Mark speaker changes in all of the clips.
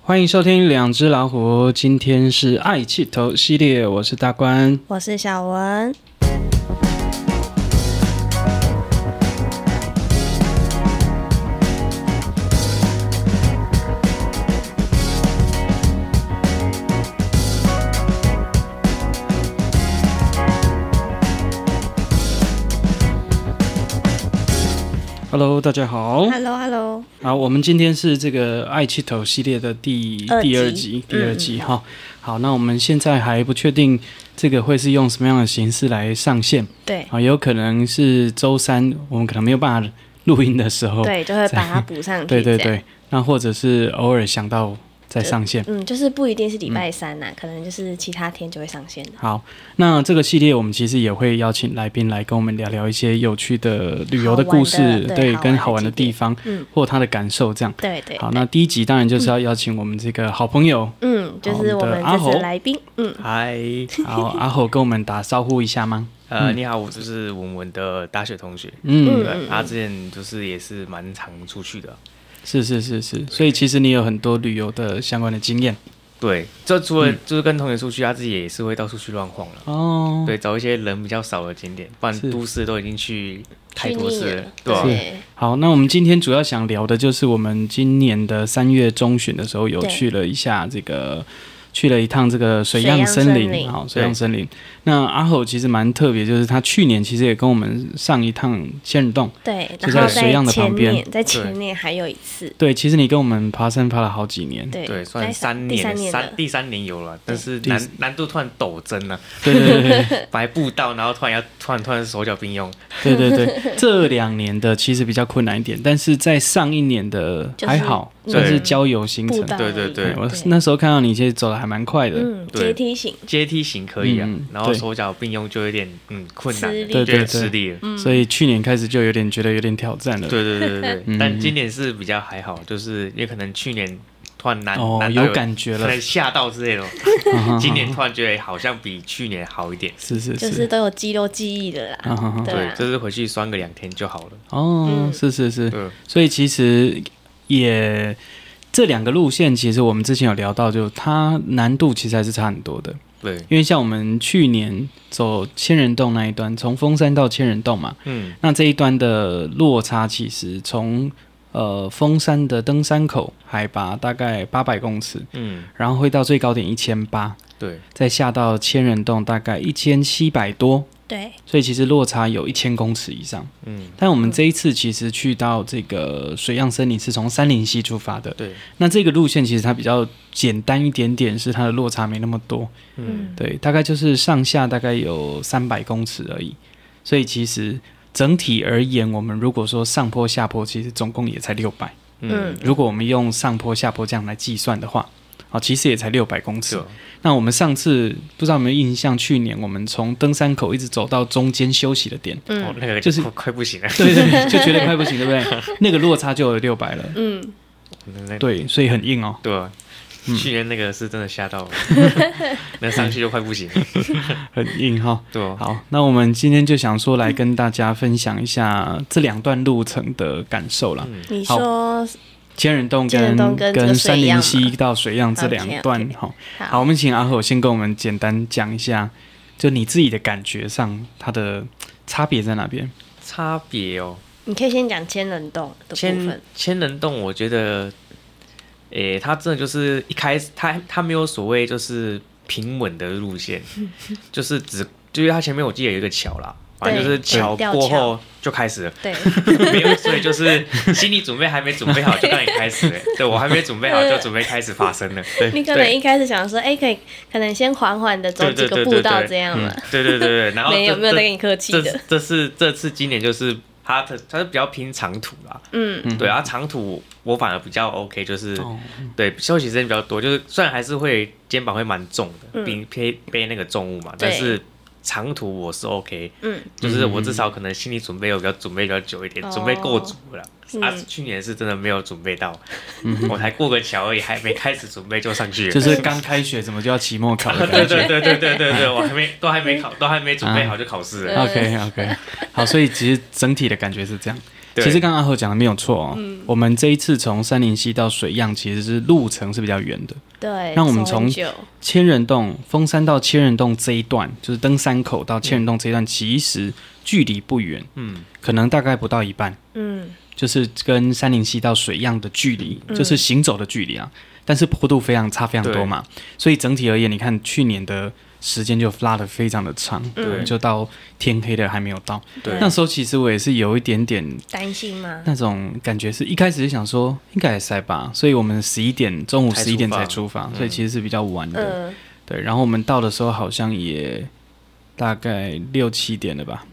Speaker 1: 欢迎收听《两只老虎》，今天是爱气头系列，我是大关。
Speaker 2: 我是小文。
Speaker 1: Hello，大家好。
Speaker 2: Hello Hello，
Speaker 1: 好，我们今天是这个爱气头系列的第
Speaker 2: 二集嗯
Speaker 1: 第二集，第二集哈、好，那我们现在还不确定这个会是用什么样的形式来上线
Speaker 2: 对
Speaker 1: 啊，有可能是周三，我们可能没有办法录音的时候，
Speaker 2: 对，就会把它补上去。
Speaker 1: 哦 对对
Speaker 2: 这样，
Speaker 1: 对，那或者是偶尔想到再上线。
Speaker 2: 嗯，就是不一定是礼拜
Speaker 1: 嗯
Speaker 2: 三呐、可能就是其他天就会上线了。
Speaker 1: 好，那这个系列我们其实也会邀请来宾来跟我们聊聊一些有趣的旅游故
Speaker 2: 好
Speaker 1: 事
Speaker 2: 玩，的
Speaker 1: 对，
Speaker 2: 对好玩的
Speaker 1: 跟好玩的
Speaker 2: 景点
Speaker 1: 地方，
Speaker 2: 嗯
Speaker 1: 或他的感受这样。
Speaker 2: 对对
Speaker 1: 好，那第一集当然就是要邀请我们这个好朋 友，
Speaker 2: 嗯，就是
Speaker 1: 好
Speaker 2: 我
Speaker 1: 我们
Speaker 2: 们
Speaker 1: 的
Speaker 2: 这
Speaker 1: 阿
Speaker 2: 次
Speaker 1: 猴
Speaker 2: 的来宾，嗯，
Speaker 3: 嗨，
Speaker 1: 好阿吼跟我们打招呼一下吗？
Speaker 3: 呃，你好，我就是文文的大学同学，
Speaker 1: 嗯，
Speaker 3: 对，他之前就是也是蛮常出去的，
Speaker 1: 是是是是，所以其实你有很多旅游的相关的经验
Speaker 3: 对，就除
Speaker 1: 嗯
Speaker 3: 了就是跟同学出去，他自己也是会到处去乱晃了，
Speaker 1: 哦。
Speaker 3: 对，找一些人比较少的景点，不然
Speaker 1: 是
Speaker 3: 都市都已经去太
Speaker 2: 去
Speaker 3: 多
Speaker 2: 腻
Speaker 3: 次
Speaker 2: 了
Speaker 3: 了，，对吧？
Speaker 2: 对
Speaker 1: 好，那我们今天主要想聊的就是我们今年的三月中旬的时候有
Speaker 2: 对
Speaker 1: 去了一下这个，去了一趟这个水漾
Speaker 2: 水
Speaker 1: 森
Speaker 2: 漾
Speaker 1: 林
Speaker 2: 森林
Speaker 1: 好，水漾森林。那阿吼其实蛮特别，就是他去年其实也跟我们上一趟仙人洞。
Speaker 2: 对，
Speaker 1: 就
Speaker 2: 然后
Speaker 1: 在水漾的旁
Speaker 2: 前
Speaker 1: 边
Speaker 2: 年，在前年还有一次，
Speaker 1: 对，其实你跟我们爬山爬了好几年，
Speaker 2: 对
Speaker 3: 对，算
Speaker 2: 在
Speaker 3: 三
Speaker 2: 第三
Speaker 3: 年，
Speaker 2: 年
Speaker 3: 三
Speaker 2: 了，
Speaker 3: 第三年有了，但是
Speaker 1: 第
Speaker 3: 难难度突然陡增了，
Speaker 1: 对对对对
Speaker 3: 本来步道，然后突然要突然突然手脚并用，
Speaker 1: 对对对， 这两年的其实比较困难一点，但是在上一年的
Speaker 2: 就是
Speaker 1: 还好，
Speaker 2: 嗯
Speaker 1: 算是郊游行程
Speaker 2: 步。道而已，
Speaker 3: 对对对
Speaker 1: 哎我
Speaker 2: 对
Speaker 1: 那时候看到你其实走的还蛮快的，
Speaker 2: 嗯，
Speaker 3: 对
Speaker 2: 阶梯型，
Speaker 3: 阶梯型可以啊
Speaker 1: 嗯，
Speaker 3: 然后
Speaker 1: 对
Speaker 3: 手脚并用就有点嗯困难
Speaker 2: 吃
Speaker 3: 了，
Speaker 1: 对
Speaker 2: 力
Speaker 3: 就有
Speaker 1: 对对
Speaker 3: 点吃力了。
Speaker 2: 嗯
Speaker 1: 所以去年开始就有点觉得有点挑战 了。
Speaker 3: 对对对对
Speaker 1: 嗯
Speaker 3: 对，但今年是比较还好，就是也可能去年突然难
Speaker 1: 哦，
Speaker 3: 难到
Speaker 1: 有感觉
Speaker 3: 可
Speaker 1: 了
Speaker 3: 能，吓到 之类的， 今年突然觉得好像比去年好一点，
Speaker 1: 嗯是是
Speaker 2: 就是都有肌肉记忆的啦。
Speaker 1: 啊哈哈
Speaker 2: 对
Speaker 3: 对
Speaker 2: 啊，
Speaker 3: 这次回去酸个两天就好了。
Speaker 1: 哦，
Speaker 2: 嗯
Speaker 1: 是是是，
Speaker 3: 对
Speaker 1: 所以其实也这两个路线，其实我们之前有聊到，就它难度其实还是差很多的，
Speaker 3: 对，
Speaker 1: 因为像我们去年走千人洞那一段，从峰山到千人洞嘛，
Speaker 3: 嗯，
Speaker 1: 那这一段的落差其实从呃峰山的登山口海拔大概八百公尺，
Speaker 3: 嗯，
Speaker 1: 然后会到最高点一千八，
Speaker 3: 对，
Speaker 1: 再下到千人洞大概一千七百多，
Speaker 2: 对，
Speaker 1: 所以其实落差有一千公尺以上。
Speaker 3: 嗯，
Speaker 1: 但我们这一次其实去到这个水漾森林是从三林溪出发的，
Speaker 3: 对，
Speaker 1: 那这个路线其实它比较简单一点点，是它的落差没那么多，
Speaker 3: 嗯，
Speaker 1: 对，大概就是上下大概有三百公尺而已，所以其实。整体而言，我们如果说上坡下坡，其实总共也才六百。
Speaker 3: 嗯，
Speaker 1: 如果我们用上坡下坡这样来计算的话，啊，其实也才六百公尺
Speaker 3: 是。哦，
Speaker 1: 那我们上次不知道有没有印象，去年我们从登山口一直走到中间休息的 点，
Speaker 3: 哦
Speaker 2: 嗯
Speaker 3: 那个
Speaker 1: 就是
Speaker 3: 快快不行了，
Speaker 1: 对对对，就觉得快不行，对不对？那个落差就有六百了，
Speaker 2: 嗯，
Speaker 3: 那
Speaker 1: 对，所以很硬哦。
Speaker 3: 对啊，去年那个是真的 吓到我，那上去就快不行了，
Speaker 1: 很硬哈、
Speaker 3: 对啊，
Speaker 1: 好，那我们今天就想说来跟大家分享一下这两段路程的感受啦。
Speaker 3: 嗯
Speaker 2: 你
Speaker 1: 好
Speaker 2: 说
Speaker 1: 千人洞
Speaker 2: 千
Speaker 1: 跟
Speaker 2: 人洞跟这个
Speaker 1: 三
Speaker 2: 水漾
Speaker 1: 林
Speaker 2: 嘛
Speaker 1: 溪到水漾这两段
Speaker 2: ，OK，OK
Speaker 1: 哈、
Speaker 2: 好
Speaker 1: 好，我们请阿和先跟我们简单讲一下，就你自己的感觉上，它的差别在哪边？
Speaker 3: 差别哦，
Speaker 2: 你可以先讲千人洞的部
Speaker 3: 千
Speaker 2: 分，
Speaker 3: 千人洞，我觉得，诶、它真的就是一开始，它它没有所谓就是平稳的路线， 就是只就是它前面我记得有一个桥啦，反正就是
Speaker 2: 对
Speaker 3: 桥
Speaker 2: 吊
Speaker 3: 过
Speaker 2: 桥
Speaker 3: 后就开始了，
Speaker 2: 对，
Speaker 3: 没有，所以就是心理准备还没准 备好就让你开始了、对我还没准备好就准备开始发生了，对
Speaker 2: 你可能
Speaker 3: 对
Speaker 2: 一开始想说，哎、可以，可能先缓缓的走
Speaker 3: 对
Speaker 2: 几
Speaker 3: 对
Speaker 2: 个
Speaker 3: 对
Speaker 2: 步
Speaker 3: 对
Speaker 2: 道
Speaker 3: 对
Speaker 2: 这样嘛。
Speaker 3: 对对对对，然后
Speaker 2: 没有
Speaker 3: 这
Speaker 2: 没有
Speaker 3: 这
Speaker 2: 在跟你客气
Speaker 3: 这
Speaker 2: 的，
Speaker 3: 这是这次今年就是它它它是比较拼长途啦，
Speaker 2: 嗯，
Speaker 3: 对啊，长途我反而比较 OK，就是、
Speaker 1: 哦
Speaker 3: 对休息时间比较多，就是虽然还是会肩膀会蛮重的，
Speaker 2: 嗯
Speaker 3: 并背背那个重物嘛，
Speaker 2: 对
Speaker 3: 但是长途我是 OK，
Speaker 2: 嗯，
Speaker 3: 就是我至少可能心理准备有比较准备比较久一点，
Speaker 2: 哦嗯
Speaker 3: 准备够足了。啊，去年是真的没有准备到，我才过个桥而已，还没开始准备就上去了。
Speaker 1: 嗯就是刚开学怎么就要期末考的
Speaker 3: 对
Speaker 1: 感觉
Speaker 3: 对对对对对对，我还没都
Speaker 2: 嗯
Speaker 3: 还没考，都还没准备好就考试了。
Speaker 1: ？OK OK，好，所以其实整体的感觉是这样。
Speaker 3: 对
Speaker 1: 其实刚刚阿和讲的没有错哦，
Speaker 2: 嗯
Speaker 1: 我们这一次从三林溪到水漾，其实是路程是比较远的。
Speaker 2: 对，
Speaker 1: 让我们
Speaker 2: 从
Speaker 1: 从千人洞、峰山到千人洞这一段，就是登山口到千人洞这一段，其实距离不远，
Speaker 3: 嗯，
Speaker 1: 可能大概不到一半，
Speaker 2: 嗯，
Speaker 1: 就是跟三林溪到水漾的距离，
Speaker 2: 嗯
Speaker 1: 就是行走的距离啊。但是坡度非常差非常多嘛，所以整体而言，你看去年的时间就拉得非常的长，
Speaker 2: 嗯
Speaker 3: 对
Speaker 1: 就到天黑了还没有到。
Speaker 3: 对
Speaker 1: 那时候其实我也是有一点点
Speaker 2: 担心吗？
Speaker 1: 那种感觉是一开始就想说应该也塞吧，所以我们十一点中午
Speaker 3: 才
Speaker 1: 十一点
Speaker 3: 出发
Speaker 1: 才出发，所以
Speaker 3: 嗯
Speaker 1: 其实是比较晚的。
Speaker 2: 嗯，
Speaker 1: 对，然后我们到的时候好像也大概六七点了吧，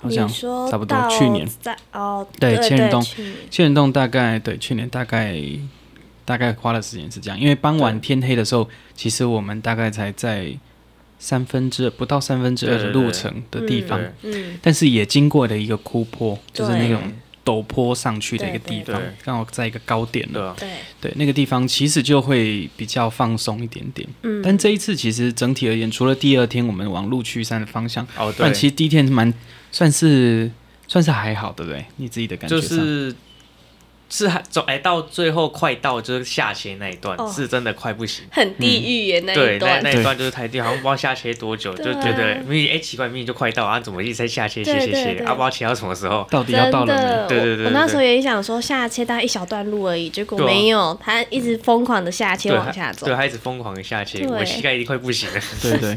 Speaker 1: 好像
Speaker 2: 你说
Speaker 1: 差不多
Speaker 2: 到
Speaker 1: 去年
Speaker 2: 在哦，
Speaker 1: 对
Speaker 2: 对
Speaker 1: 千人洞
Speaker 2: 对去年
Speaker 1: 千人洞大概对去年大概大概花的时间是这样，因为傍晚天黑的时候，其实我们大概才在三分之不到三分之二的
Speaker 3: 对对对
Speaker 1: 路程的地方，
Speaker 3: 对
Speaker 2: 嗯，
Speaker 1: 但是也经过了一个枯坡，就是那
Speaker 2: 对
Speaker 1: 种陡坡上去的一个
Speaker 2: 对
Speaker 1: 地
Speaker 2: 对
Speaker 1: 方
Speaker 3: 对，
Speaker 1: 刚好在一个高点了
Speaker 3: 对。啊，
Speaker 2: 对，
Speaker 1: 对，那个地方其实就会比较放松一点点。
Speaker 2: 嗯，
Speaker 1: 但这一次其实整体而言，除了第二天我们往陆区山的方向，
Speaker 3: 哦
Speaker 1: 但
Speaker 3: 对，
Speaker 1: 其实第一天蛮算是算是还好，对不对？你自己的感觉
Speaker 3: 就
Speaker 1: 上
Speaker 3: 是是还走哎，到最后快到就是下切那一段，
Speaker 2: 哦
Speaker 3: 是真的快不行。
Speaker 2: 很地狱耶那
Speaker 3: 对，
Speaker 2: 一
Speaker 3: 那
Speaker 2: 段，
Speaker 3: 那一段就是台地，好像不知道下切多久，就
Speaker 2: 对啊
Speaker 3: 觉得明明哎奇怪，明明就快到啊，怎么一直在下切切
Speaker 2: 对
Speaker 3: 切
Speaker 2: 对
Speaker 3: 切，
Speaker 2: 对
Speaker 3: 啊不知道切到什么时 候。
Speaker 1: 到底
Speaker 2: 真
Speaker 1: 要
Speaker 2: 的，
Speaker 1: 到了没？
Speaker 2: 我
Speaker 3: 对对对
Speaker 2: 我那时候
Speaker 3: 对
Speaker 2: 也想说下切大概一小段路而已，结果
Speaker 3: 对啊
Speaker 2: 没有，他一直疯狂的下切
Speaker 3: 对，
Speaker 2: 往下
Speaker 3: 他
Speaker 2: 走
Speaker 3: 对，，他一直疯狂地下切，
Speaker 2: 对
Speaker 3: 我膝盖已经快不行了。
Speaker 1: 对对，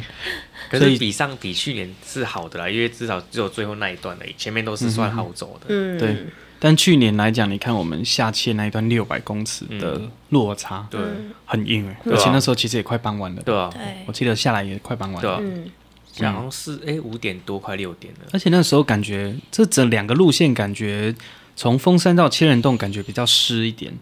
Speaker 3: 可
Speaker 1: 所
Speaker 3: 是
Speaker 1: 以
Speaker 3: 比上比去年是好的啦，因为至少只有最后那一段而已，前面都是算好走的。
Speaker 2: 嗯，
Speaker 1: 对但去年来讲，你看我们下切那一段六百公尺的
Speaker 3: 嗯
Speaker 1: 落差、
Speaker 3: 对
Speaker 1: 很硬哎、
Speaker 3: 对啊
Speaker 1: 而且那时候其实也快傍晚了，
Speaker 3: 对啊，
Speaker 2: 嗯对
Speaker 1: 我，记得下来也快傍晚
Speaker 3: 对
Speaker 1: 了。
Speaker 3: 啊，
Speaker 2: 嗯，
Speaker 3: 然后是哎五点多快六点了。
Speaker 1: 而且那时候感觉这整两个路线感觉从峰山到千人洞感觉比较湿一点，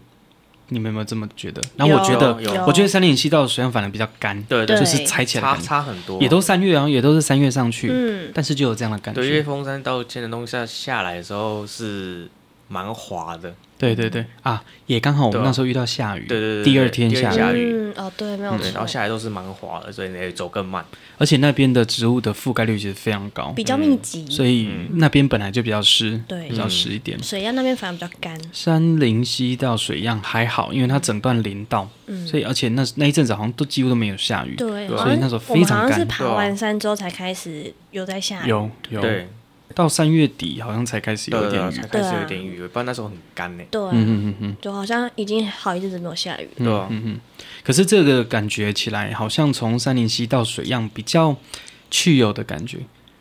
Speaker 1: 你们有没有这么觉得？然后我觉得，
Speaker 3: 有
Speaker 2: 有
Speaker 1: 我觉得三林溪到水上反而比较干，
Speaker 3: 对
Speaker 2: 对
Speaker 1: 就是踩起来的
Speaker 3: 差
Speaker 1: 感觉
Speaker 3: 差很多，
Speaker 1: 也都三月啊，也都是三月上去，
Speaker 2: 嗯，
Speaker 1: 但是就有这样的感
Speaker 3: 对，因为
Speaker 1: 觉。
Speaker 3: 峰山到千人洞下下来的时候是蛮滑的，
Speaker 1: 对对对啊，也刚好我
Speaker 3: 对
Speaker 1: 们
Speaker 3: 啊
Speaker 1: 那时候遇到下雨，
Speaker 3: 对对对对
Speaker 1: 第二天
Speaker 3: 第二
Speaker 1: 下
Speaker 3: 天下
Speaker 1: 雨，
Speaker 3: 雨
Speaker 2: 嗯，哦，对，没有
Speaker 3: 对，然
Speaker 2: 错
Speaker 3: 后，下来都是蛮滑的，所以你得走更慢。
Speaker 1: 而且那边的植物的覆盖率其实非常高，
Speaker 2: 比较密集，
Speaker 1: 所以那边本来就比较湿，
Speaker 2: 对
Speaker 1: 比较湿一点。
Speaker 2: 水压那边反而比较干，
Speaker 1: 山林溪到水漾还好，因为它整段林道，
Speaker 2: 嗯，
Speaker 1: 所以而且那那一阵子好像都几乎都没有下雨。
Speaker 2: 对，
Speaker 3: 对
Speaker 2: 好
Speaker 1: 所以
Speaker 2: 像
Speaker 1: 那时候
Speaker 2: 我们
Speaker 1: 非常
Speaker 2: 好像是
Speaker 1: 干
Speaker 2: 爬完山之后才开始有在下雨，
Speaker 1: 有有，
Speaker 3: 对，
Speaker 1: 到三月底好像才开始有一
Speaker 3: 对
Speaker 1: 点
Speaker 3: 啊，
Speaker 1: 雨
Speaker 3: 才。开始有点雨，不然那时候很干呢。
Speaker 2: 对啊，
Speaker 1: 嗯嗯嗯
Speaker 2: 就好像已经好一阵子没有下雨，
Speaker 3: 对啊，
Speaker 1: 嗯。可是这个感觉起来，好像从三林溪到水漾比较去游的感觉，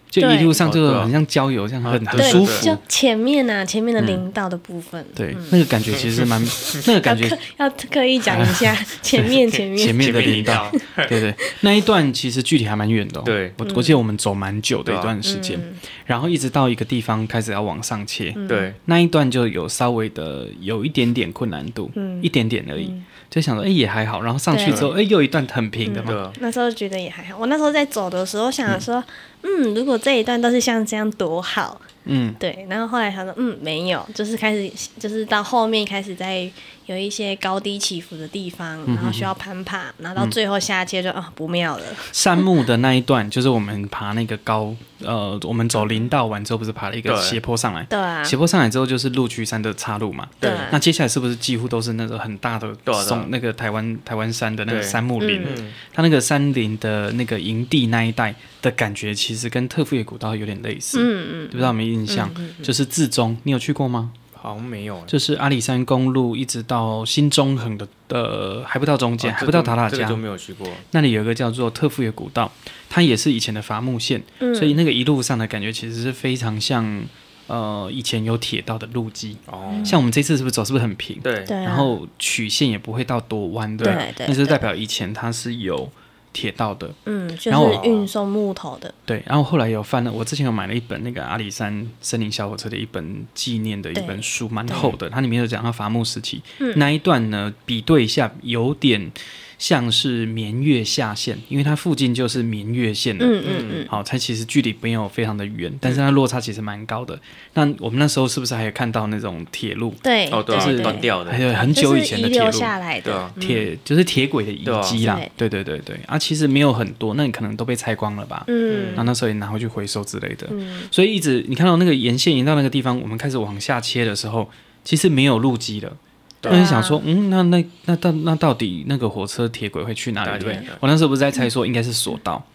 Speaker 1: 就
Speaker 2: 对
Speaker 1: 一路上就
Speaker 3: 哦对啊
Speaker 1: 很像郊游，这样很
Speaker 3: 啊
Speaker 1: 很
Speaker 3: 对
Speaker 1: 舒
Speaker 3: 对嗯
Speaker 2: 就
Speaker 1: 服。嗯
Speaker 2: 前面啊，前面的林道的部分，嗯
Speaker 1: 对，那个感觉其 实蛮，那个感觉
Speaker 2: 要刻意讲一 下前面前面
Speaker 1: 前面的林道
Speaker 3: 道，
Speaker 1: 对对，那一段其实距离还蛮远的、哦。
Speaker 3: 对
Speaker 1: 我我记得我们走蛮久的
Speaker 3: 对啊
Speaker 1: 一段时间，
Speaker 2: 嗯
Speaker 1: 然后一直到一个地方开始要往上切，
Speaker 3: 对，
Speaker 1: 那一段就有稍微的有一点点困难度，
Speaker 3: 嗯
Speaker 1: 一点点而已，就想说哎、也还好，然后上去之后哎、又一段很平的嘛，
Speaker 3: 对啊，
Speaker 2: 那时候觉得也还好，我那时候在走的时候想说，嗯，如果这一段都是像这样多好，
Speaker 1: 嗯，
Speaker 2: 对。然后后来想说，嗯，没有，就是开始就是到后面开始在有一些高低起伏的地方，然后需
Speaker 1: 嗯
Speaker 2: 要攀爬，然后到最后下切就啊、不妙了，
Speaker 1: 山木的那一段 就是我们爬那个高，呃，我们走林道完之后不是爬了一个
Speaker 3: 对
Speaker 1: 斜坡上来，
Speaker 2: 对啊，
Speaker 1: 斜坡上来之后就是陆区山的岔路嘛，
Speaker 2: 对啊
Speaker 1: 那接下来是不是几乎都是那个很大的
Speaker 3: 对啊对啊
Speaker 1: 松那个台湾台湾山的那个
Speaker 3: 对
Speaker 1: 山木林？
Speaker 2: 嗯
Speaker 1: 它那个山林的那个营地那一带的感觉，其实跟特富野古道有点类似，
Speaker 2: 嗯
Speaker 1: 对不知道有没有印象？就是至中，你有去过吗？
Speaker 3: 好像没有欸，
Speaker 1: 就是阿里山公路一直到新中横的呃，还不到中间，
Speaker 3: 哦
Speaker 1: 还
Speaker 3: 这
Speaker 1: 不到
Speaker 3: 就
Speaker 1: 塔塔
Speaker 3: 这个
Speaker 1: 家
Speaker 3: 就，没有去过。
Speaker 1: 那里有一个叫做特富野古道，它也是以前的伐木线，
Speaker 2: 嗯，
Speaker 1: 所以那个一路上的感觉其实是非常像呃以前有铁道的路基，
Speaker 3: 哦，
Speaker 1: 像我们这次是不是走是不是很平？
Speaker 3: 对
Speaker 2: 对啊，
Speaker 1: 然后曲线也不会到多弯的，
Speaker 2: 对对
Speaker 1: 那就是
Speaker 2: 对
Speaker 1: 代表以前它是有铁道的。
Speaker 2: 嗯，就
Speaker 1: 然后
Speaker 2: 是运送木头的，
Speaker 1: 对，然后后来有翻了，我之前有买了一本那个阿里山森林小火车的一本纪念的一
Speaker 2: 对嗯
Speaker 1: 本书，蛮厚的，它里面有讲到伐木时期、那一段呢，比对一下有点像是绵月下线，因为它附近就是绵月线了。
Speaker 2: 嗯嗯嗯，
Speaker 1: 好，它其实距离没有非常的远，但是它落差其实蛮高的。那我们那时候是不是还有看到那种铁路，
Speaker 2: 对，
Speaker 3: 哦，对啊，
Speaker 2: 对
Speaker 3: 断，掉的
Speaker 1: 还，有很久以前的
Speaker 2: 遗
Speaker 1: 铁路，
Speaker 2: 留下来
Speaker 3: 对
Speaker 2: 的
Speaker 3: 啊，
Speaker 1: 铁就是铁轨的遗迹啦
Speaker 2: 对啊。
Speaker 1: 对对对对，啊，其实没有很多，那你可能都被拆光了吧？
Speaker 2: 嗯
Speaker 1: 然后那时候也拿回去回收之类的。
Speaker 2: 嗯
Speaker 1: 所以一直你看到那个沿线沿到那个地方，我们开始往下切的时候，其实没有路基了。
Speaker 2: 对啊
Speaker 1: 那就想说，嗯，那那那到那到底那个火车铁轨会去哪里？
Speaker 3: 哪里
Speaker 1: 对不对
Speaker 3: 对
Speaker 1: 我那时候不是在猜说应该是索道，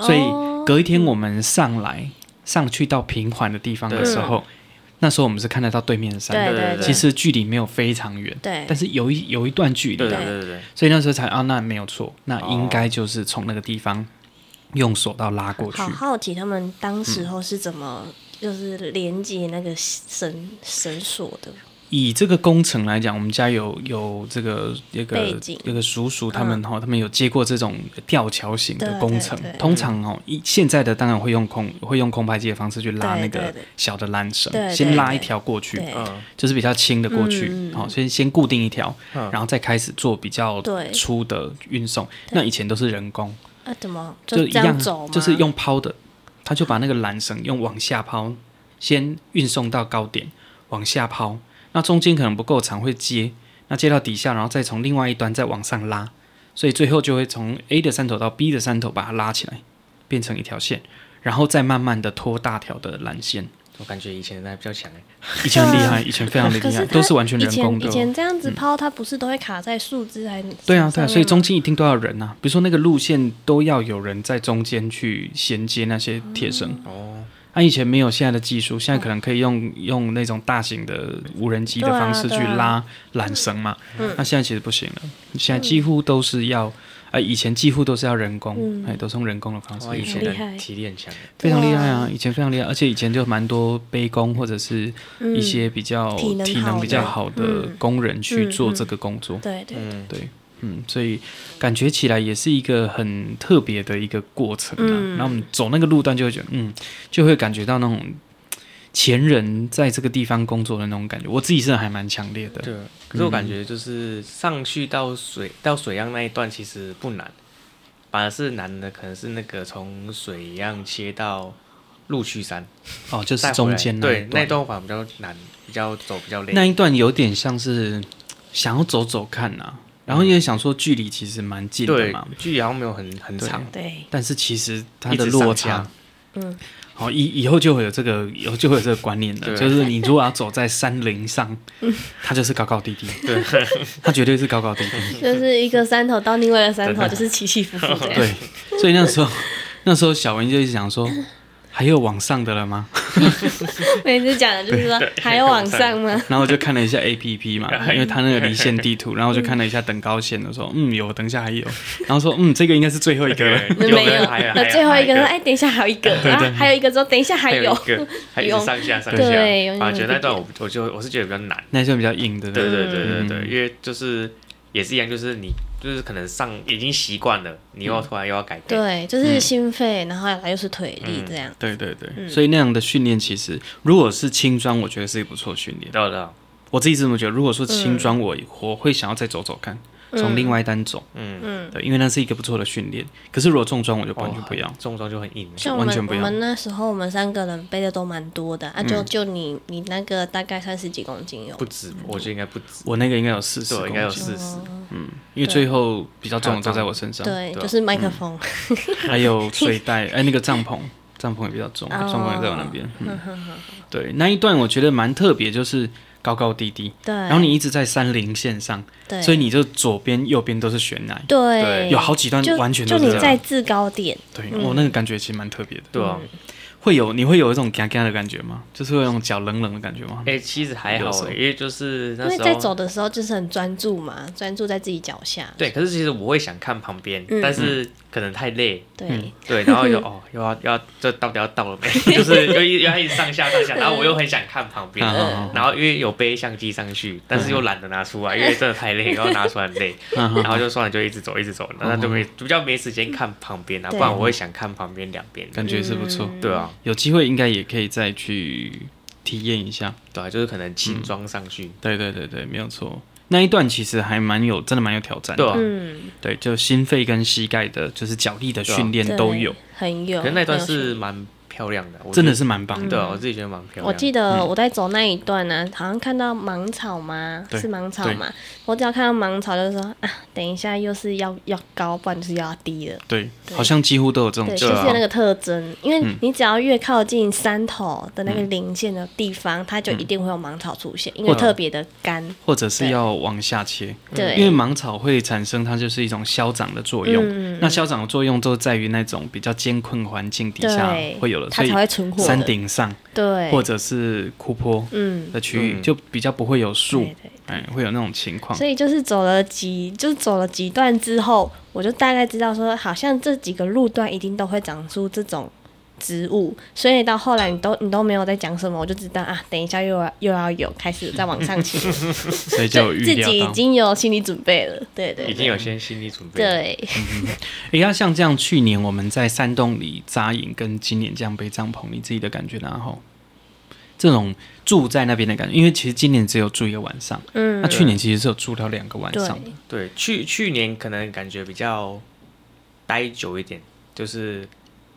Speaker 1: 所以
Speaker 2: 哦
Speaker 1: 隔一天我们上来上去到平缓的地方的时候，那时候我们是看得到对面的山
Speaker 2: 对
Speaker 1: 的，
Speaker 2: 对对，
Speaker 1: 其实距离没有非常远，
Speaker 2: 对
Speaker 1: 但是有一有一段距离，
Speaker 3: 对对对对对，
Speaker 1: 所以那时候才啊，那没有错，那应该就是从那个地方用索道拉过去
Speaker 2: 好。好奇他们当
Speaker 3: 嗯
Speaker 2: 时候是怎么就是连接那个绳绳索的，
Speaker 1: 以这个工程来讲，我们家有有这个一
Speaker 2: 背
Speaker 1: 个
Speaker 2: 景嗯
Speaker 1: 一个叔叔他们哈、他们有接过这种呃吊桥型的
Speaker 2: 对
Speaker 1: 工程
Speaker 2: 对。对
Speaker 1: 通常哦，一现在的当然会用空会用空拍机的方式去拉
Speaker 2: 对
Speaker 1: 那
Speaker 2: 对
Speaker 1: 个
Speaker 2: 对
Speaker 1: 小的缆绳
Speaker 2: 对，对
Speaker 1: 先拉一
Speaker 2: 对
Speaker 1: 条过去，
Speaker 2: 对
Speaker 3: 嗯，
Speaker 1: 就是比较轻的过去
Speaker 2: 嗯嗯，
Speaker 1: 好、先先固定一条，
Speaker 3: 嗯
Speaker 1: 然后再开始做比较
Speaker 2: 对
Speaker 1: 粗的运送。那以前都是人工，
Speaker 2: 啊，怎么
Speaker 1: 就
Speaker 2: 就
Speaker 1: 一
Speaker 2: 这样走吗？
Speaker 1: 就是用抛的，他就把那个缆绳用往下抛，先运送到高点，往下抛。那中间可能不够长，会接，那接到底下，然后再从另外一端再往上拉，所以最后就会从 A 的山头到 B 的山头把它拉起来，变成一条线，然后再慢慢的拖大条的缆线。
Speaker 3: 我感觉以前的还比较强哎，
Speaker 1: 以前很厉害，以前非常的
Speaker 2: 可
Speaker 1: 厉害，
Speaker 2: 是
Speaker 1: 都
Speaker 2: 它
Speaker 1: 是完全
Speaker 2: 以
Speaker 1: 人工
Speaker 2: 前
Speaker 1: 的哦嗯
Speaker 2: 以。前这样子抛，它不是都会卡在树枝还
Speaker 1: 对啊，对啊，所以
Speaker 2: 上
Speaker 1: 中间一定都要有人啊，比如说那个路线都要有人在中间去衔接那些铁绳。
Speaker 3: 哦，
Speaker 1: 他、以前没有现在的技术，现在可能可以用用那种大型的无人机的
Speaker 2: 对啊
Speaker 1: 方式去
Speaker 2: 对啊嗯
Speaker 1: 拉缆绳嘛。那、现在其实不行了，现在几乎都是要，呃，以前几乎都是要人工，
Speaker 2: 嗯
Speaker 1: 哎、都是用人工的方式
Speaker 3: 哇，以
Speaker 1: 运
Speaker 3: 前
Speaker 1: 送，
Speaker 2: 很厉害
Speaker 3: 的体力很强哎，
Speaker 1: 非常厉害
Speaker 2: 对
Speaker 1: 啊
Speaker 2: 啊！
Speaker 1: 以前非常厉害，而且以前就蛮多杯弓或者是
Speaker 2: 嗯
Speaker 1: 一些比较
Speaker 2: 体能
Speaker 1: 体能
Speaker 2: 好
Speaker 1: 比较
Speaker 2: 的
Speaker 1: 好的
Speaker 2: 嗯
Speaker 1: 工人去
Speaker 2: 嗯
Speaker 1: 做
Speaker 2: 嗯
Speaker 1: 这个工作。
Speaker 2: 对对，
Speaker 3: 嗯，
Speaker 1: 对，嗯，所以感觉起来也是一个很特别的一个过程啊。
Speaker 2: 嗯
Speaker 1: 然后我们走那个路段，就会觉得，嗯，就会感觉到那种前人在这个地方工作的那种感觉。我自己是还蛮强烈的，
Speaker 3: 对。啊可是我感觉就是上去到水到水样那一段其实不难，反而是难的可能是那个从水样切到陆区山，
Speaker 1: 哦，就是
Speaker 3: 再回
Speaker 1: 中
Speaker 3: 来
Speaker 1: 间
Speaker 3: 对
Speaker 1: 那
Speaker 3: 那
Speaker 1: 一
Speaker 3: 一
Speaker 1: 段，
Speaker 3: 段反而比较难，比较走比较累。
Speaker 1: 那一段有点像是想要走走看啊，然后因为想说距离其实蛮近的
Speaker 3: 对
Speaker 1: 嘛，，
Speaker 3: 距离好像没有很很
Speaker 1: 对
Speaker 3: 长，
Speaker 2: 对，
Speaker 1: 但是其实它
Speaker 3: 一
Speaker 1: 的
Speaker 3: 直
Speaker 1: 落
Speaker 3: 上
Speaker 1: 差
Speaker 3: 下。
Speaker 2: 嗯，
Speaker 1: 好，以以后就会有这个，以后就会有这个观念了。
Speaker 3: 对
Speaker 1: 就是你如果要走在山林上，它就是高高低低，
Speaker 3: 对，
Speaker 1: 它绝对是高高低 低。
Speaker 2: 就是一个山头到另外一个山头，就是起起伏伏这样。
Speaker 1: 对，所以那时候那时候小文就一直想说，还有往上的了吗？
Speaker 2: 每次讲的就是说还要往上吗？
Speaker 1: 然后我就看了一下 A P P 嘛，因为它那个离线地图，然后我就看了一下等高线的时候，嗯，有，等一下还有，然后说，嗯，这个应该是最后一个 了。
Speaker 2: 那
Speaker 3: 有
Speaker 2: 没有，
Speaker 3: 人还有还
Speaker 2: 那
Speaker 3: 有
Speaker 2: 最后一个说
Speaker 3: 还有
Speaker 2: 哎，等一下还有 一个，然后还有一个说等一下还
Speaker 3: 还有
Speaker 2: 有
Speaker 3: 一，个，还有一直上下上下，
Speaker 2: 对有
Speaker 3: 反而觉得那段
Speaker 2: 有
Speaker 3: 我我就我是觉得比较难。
Speaker 1: 那就比较硬，对不
Speaker 3: 对
Speaker 1: 对？
Speaker 3: 对对对对，
Speaker 1: 嗯
Speaker 3: 因为就是也是一样，就是你就是可能上已经习惯了，
Speaker 1: 嗯
Speaker 3: 你又突然又要改变，
Speaker 2: 对，就是心肺，然后来又是腿
Speaker 3: 嗯
Speaker 2: 力这样。
Speaker 1: 对对对，所以那样的训练其实，如果是轻装，我觉得是一个不错的训练。
Speaker 3: 对对，
Speaker 1: 我自己是这么觉得。如果说轻装
Speaker 2: 嗯
Speaker 1: 我，我会想要再走走看，从另外一单走，
Speaker 3: 嗯，
Speaker 2: 嗯，
Speaker 1: 对，因为那是一个不错的训练。可是如果重装，我就完全不要。
Speaker 3: 哦重装就很硬，
Speaker 2: 像我
Speaker 1: 完
Speaker 2: 们
Speaker 1: 全不
Speaker 2: 我
Speaker 1: 一样嗯
Speaker 2: 们那时候我们三个人背的都蛮多的啊，就就你你那个大概三十几公斤有
Speaker 3: 不，止，我觉得应该不止，
Speaker 1: 我那个应该有四十
Speaker 3: 对，应该
Speaker 1: 公
Speaker 3: 有
Speaker 1: 斤，
Speaker 3: 四十，
Speaker 1: 因为最后比较重的都在我身上，
Speaker 2: 对，
Speaker 3: 对啊
Speaker 2: 就是麦
Speaker 1: 嗯
Speaker 2: 克风，
Speaker 1: 还有睡袋，哎，那个帐 篷，帐篷也比较重，
Speaker 2: 哦
Speaker 1: 帐篷也在我那边。 嗯，对，那一段我觉得蛮特别，就是高高低低，
Speaker 2: 对，
Speaker 1: 然后你一直在山林线上，
Speaker 2: 对，
Speaker 1: 所以你就左边右边都是悬崖，
Speaker 2: 对
Speaker 3: 对
Speaker 1: 有好几段
Speaker 2: 就
Speaker 1: 完全
Speaker 2: 就
Speaker 1: 都是
Speaker 2: 你
Speaker 1: 这
Speaker 2: 在嗯
Speaker 1: 样。
Speaker 2: 制高点，
Speaker 1: 对，我那个感觉其实蛮特别的。
Speaker 3: 对啊，
Speaker 1: 会有你会有一种嘎嘎的感觉吗？就是会有那种脚冷冷的感觉吗？
Speaker 3: 哎，其实还好
Speaker 1: 有时，候
Speaker 3: 因为就是
Speaker 2: 因
Speaker 3: 那
Speaker 2: 为
Speaker 3: 时
Speaker 2: 在
Speaker 3: 候
Speaker 2: 走的时候就是很专注嘛，专注在自己脚下。
Speaker 3: 对，可是其实我会想看旁边，
Speaker 2: 嗯
Speaker 3: 但是可能太累，
Speaker 1: 嗯
Speaker 2: 对，
Speaker 3: 对，然 后就哦，又要又要，这到底要到了没？ 就是又一又要一直上下上下，然后我又很想看旁边，
Speaker 1: 嗯嗯嗯
Speaker 3: 然后因为有背相机上去，但是又懒得拿出来，因为真的太累，然后拿出来很累，
Speaker 1: 嗯
Speaker 3: 然后就算了，就一直走一直走，那就没比较没时间看旁边啊，不
Speaker 2: 对
Speaker 3: 然我会想看旁边两边的
Speaker 1: 感。觉是不错。
Speaker 3: 对啊，
Speaker 1: 有机会应该也可以再去体验一下。嗯
Speaker 3: 对啊，就是可能轻装上去，
Speaker 1: 对对对对，没有错。那一段其实还蛮有，真的蛮有挑战的。
Speaker 3: 对啊
Speaker 2: 嗯，
Speaker 1: 对，就心肺跟膝盖的，就是脚力的
Speaker 3: 对啊
Speaker 1: 训练都
Speaker 2: 对
Speaker 1: 有，，
Speaker 2: 很有。
Speaker 3: 可是那段
Speaker 2: 很有趣
Speaker 3: 是蛮漂亮的，我
Speaker 1: 真的
Speaker 3: 自
Speaker 1: 是蛮棒
Speaker 3: 己
Speaker 1: 的。
Speaker 3: 对啊，我自己觉得蛮漂亮的。
Speaker 2: 我记
Speaker 1: 嗯
Speaker 2: 得我在走那一段呢、好像看到芒草吗？
Speaker 1: 对
Speaker 2: 是芒草
Speaker 1: 对
Speaker 2: 吗？我只要看到芒草，就是说啊，等一下又是要要高，不然就是要低了。
Speaker 1: 对，
Speaker 2: 对
Speaker 1: 好像几乎都有嗯这种啊嗯
Speaker 2: 对，
Speaker 1: 情
Speaker 2: 就是
Speaker 1: 况。
Speaker 3: 啊
Speaker 2: 有那个特征，因为你只要越靠近山头的
Speaker 1: 嗯
Speaker 2: 那个零线的地方，它就一定会有芒草出现，因为
Speaker 3: 或者
Speaker 2: 特别的干。
Speaker 1: 或者是要往下切，
Speaker 3: 嗯
Speaker 2: 对
Speaker 1: 因为芒草会产生它就是一种消长的作用。
Speaker 2: 嗯
Speaker 1: 那消长的作用就在于那种比较艰困环境底下
Speaker 2: 对，
Speaker 1: 会有的，
Speaker 2: 它
Speaker 1: 所以
Speaker 2: 才会存活的。
Speaker 1: 山顶上
Speaker 2: 对，
Speaker 1: 或者是枯坡
Speaker 2: 嗯，
Speaker 1: 的区域、
Speaker 3: 嗯
Speaker 1: 就比较不会有树
Speaker 2: 对，对。
Speaker 1: 哎，会有那种情况
Speaker 2: 所。以就是走了几，就是走了几段之后，我就大概知道说，好像这几个路段一定都会长出这种植物。所以到后来你都你都没有在讲什么，我就知道啊，等一下又要又要有开始再往上骑，
Speaker 1: 所以 就有
Speaker 2: 就
Speaker 1: 预
Speaker 2: 自
Speaker 1: 料
Speaker 2: 己已
Speaker 1: 到。
Speaker 2: 经有心理准备了。对对
Speaker 3: 已经有先心理准备了，
Speaker 2: 对，
Speaker 1: 哎，那像这样，去年我们在山洞里扎营，跟今年这样背帐篷，你自己的感觉然后这种住在那边的感觉，因为其实今年只有住一个晚上，
Speaker 2: 嗯
Speaker 1: 那，去年其实是有住到两个晚
Speaker 2: 对
Speaker 1: 上的。
Speaker 3: 对，去去年可能感觉比较待久一点，就是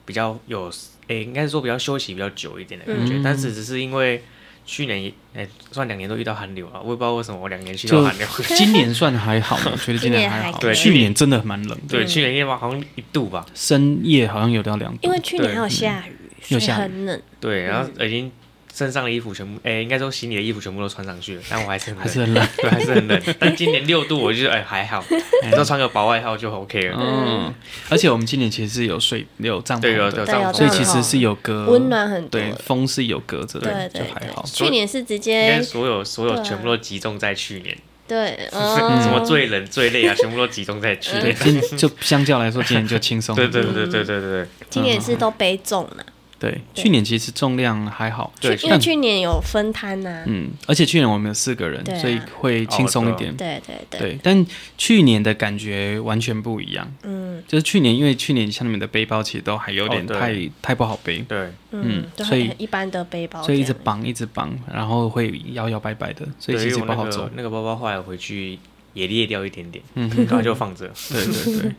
Speaker 3: 比较有，诶、应该是说比较休息比较久一点的感觉。
Speaker 1: 嗯
Speaker 3: 但是只是因为去年也，诶、算两年都遇到寒流啊，我也不知道为什么我两年去
Speaker 1: 就
Speaker 3: 到寒流。
Speaker 1: 今年算还好吗？我觉得今年好，
Speaker 2: 今年还可以
Speaker 1: 去年真的蛮冷的，
Speaker 3: 对，去年夜晚好像一度吧，
Speaker 1: 深夜好像有到两度
Speaker 2: 因为。去年还有下雨，所
Speaker 1: 又
Speaker 2: 以
Speaker 1: 下雨
Speaker 2: 很冷。
Speaker 3: 对，然后
Speaker 1: 嗯
Speaker 3: 已经身上的衣服全部，诶、应该说行李的衣服全部都穿上去了，但我还是很
Speaker 1: 还是
Speaker 3: 冷，
Speaker 1: 很冷，
Speaker 3: 对，还是很冷。但今年六度，我就觉得，诶、还好， 只要穿个薄外套就 OK 了。
Speaker 1: 嗯，而且我们今年其实是有睡有帐篷
Speaker 3: 对有
Speaker 1: 的
Speaker 2: 对有
Speaker 3: 有，
Speaker 2: 帐
Speaker 3: 帐篷
Speaker 1: 啊
Speaker 3: 啊
Speaker 1: 所以其实是有隔
Speaker 2: 温暖很多
Speaker 1: 对，风是有隔着的，
Speaker 2: 对
Speaker 1: 就
Speaker 2: 对
Speaker 1: 还好
Speaker 2: 对，。去年是直
Speaker 3: 应该
Speaker 2: 接
Speaker 3: 所有所有
Speaker 2: 对啊
Speaker 3: 全部都集中在去年。
Speaker 2: 对， 哦
Speaker 3: 什
Speaker 2: 什
Speaker 3: 么最冷、最累啊， 全部都集中在去
Speaker 2: 嗯
Speaker 1: 对，
Speaker 3: 年。
Speaker 1: 今就相较来说，今年就轻松。
Speaker 3: 对对对对对对对
Speaker 2: 今年
Speaker 1: 嗯
Speaker 2: 是都背重了，
Speaker 1: 对，
Speaker 2: 对
Speaker 1: 去年其实重量还好，
Speaker 3: 对
Speaker 2: 因为去年有分摊啊呐。
Speaker 1: 嗯，而且去年我们有四个人
Speaker 2: 对，啊
Speaker 1: 所以会轻松一点。
Speaker 2: 对对对，
Speaker 1: 对，但去年的感觉完全不一样。
Speaker 2: 嗯
Speaker 1: 就是去年，因为去年像你们的背包其实都还有点
Speaker 3: 哦对
Speaker 1: 太、太不好背，
Speaker 3: 对
Speaker 2: 嗯
Speaker 1: 嗯，
Speaker 2: 就
Speaker 1: 所以
Speaker 2: 很一般的背包这样，
Speaker 1: 所以一直绑一直绑，然后会摇摇摆摆的，所
Speaker 3: 对，
Speaker 1: 以其
Speaker 3: 因为
Speaker 1: 实不
Speaker 3: 我那
Speaker 1: 好
Speaker 3: 个
Speaker 1: 走。
Speaker 3: 那个包包后来回去也裂掉一点点，
Speaker 1: 嗯哼，
Speaker 3: 然后就放着。
Speaker 1: 对对 对，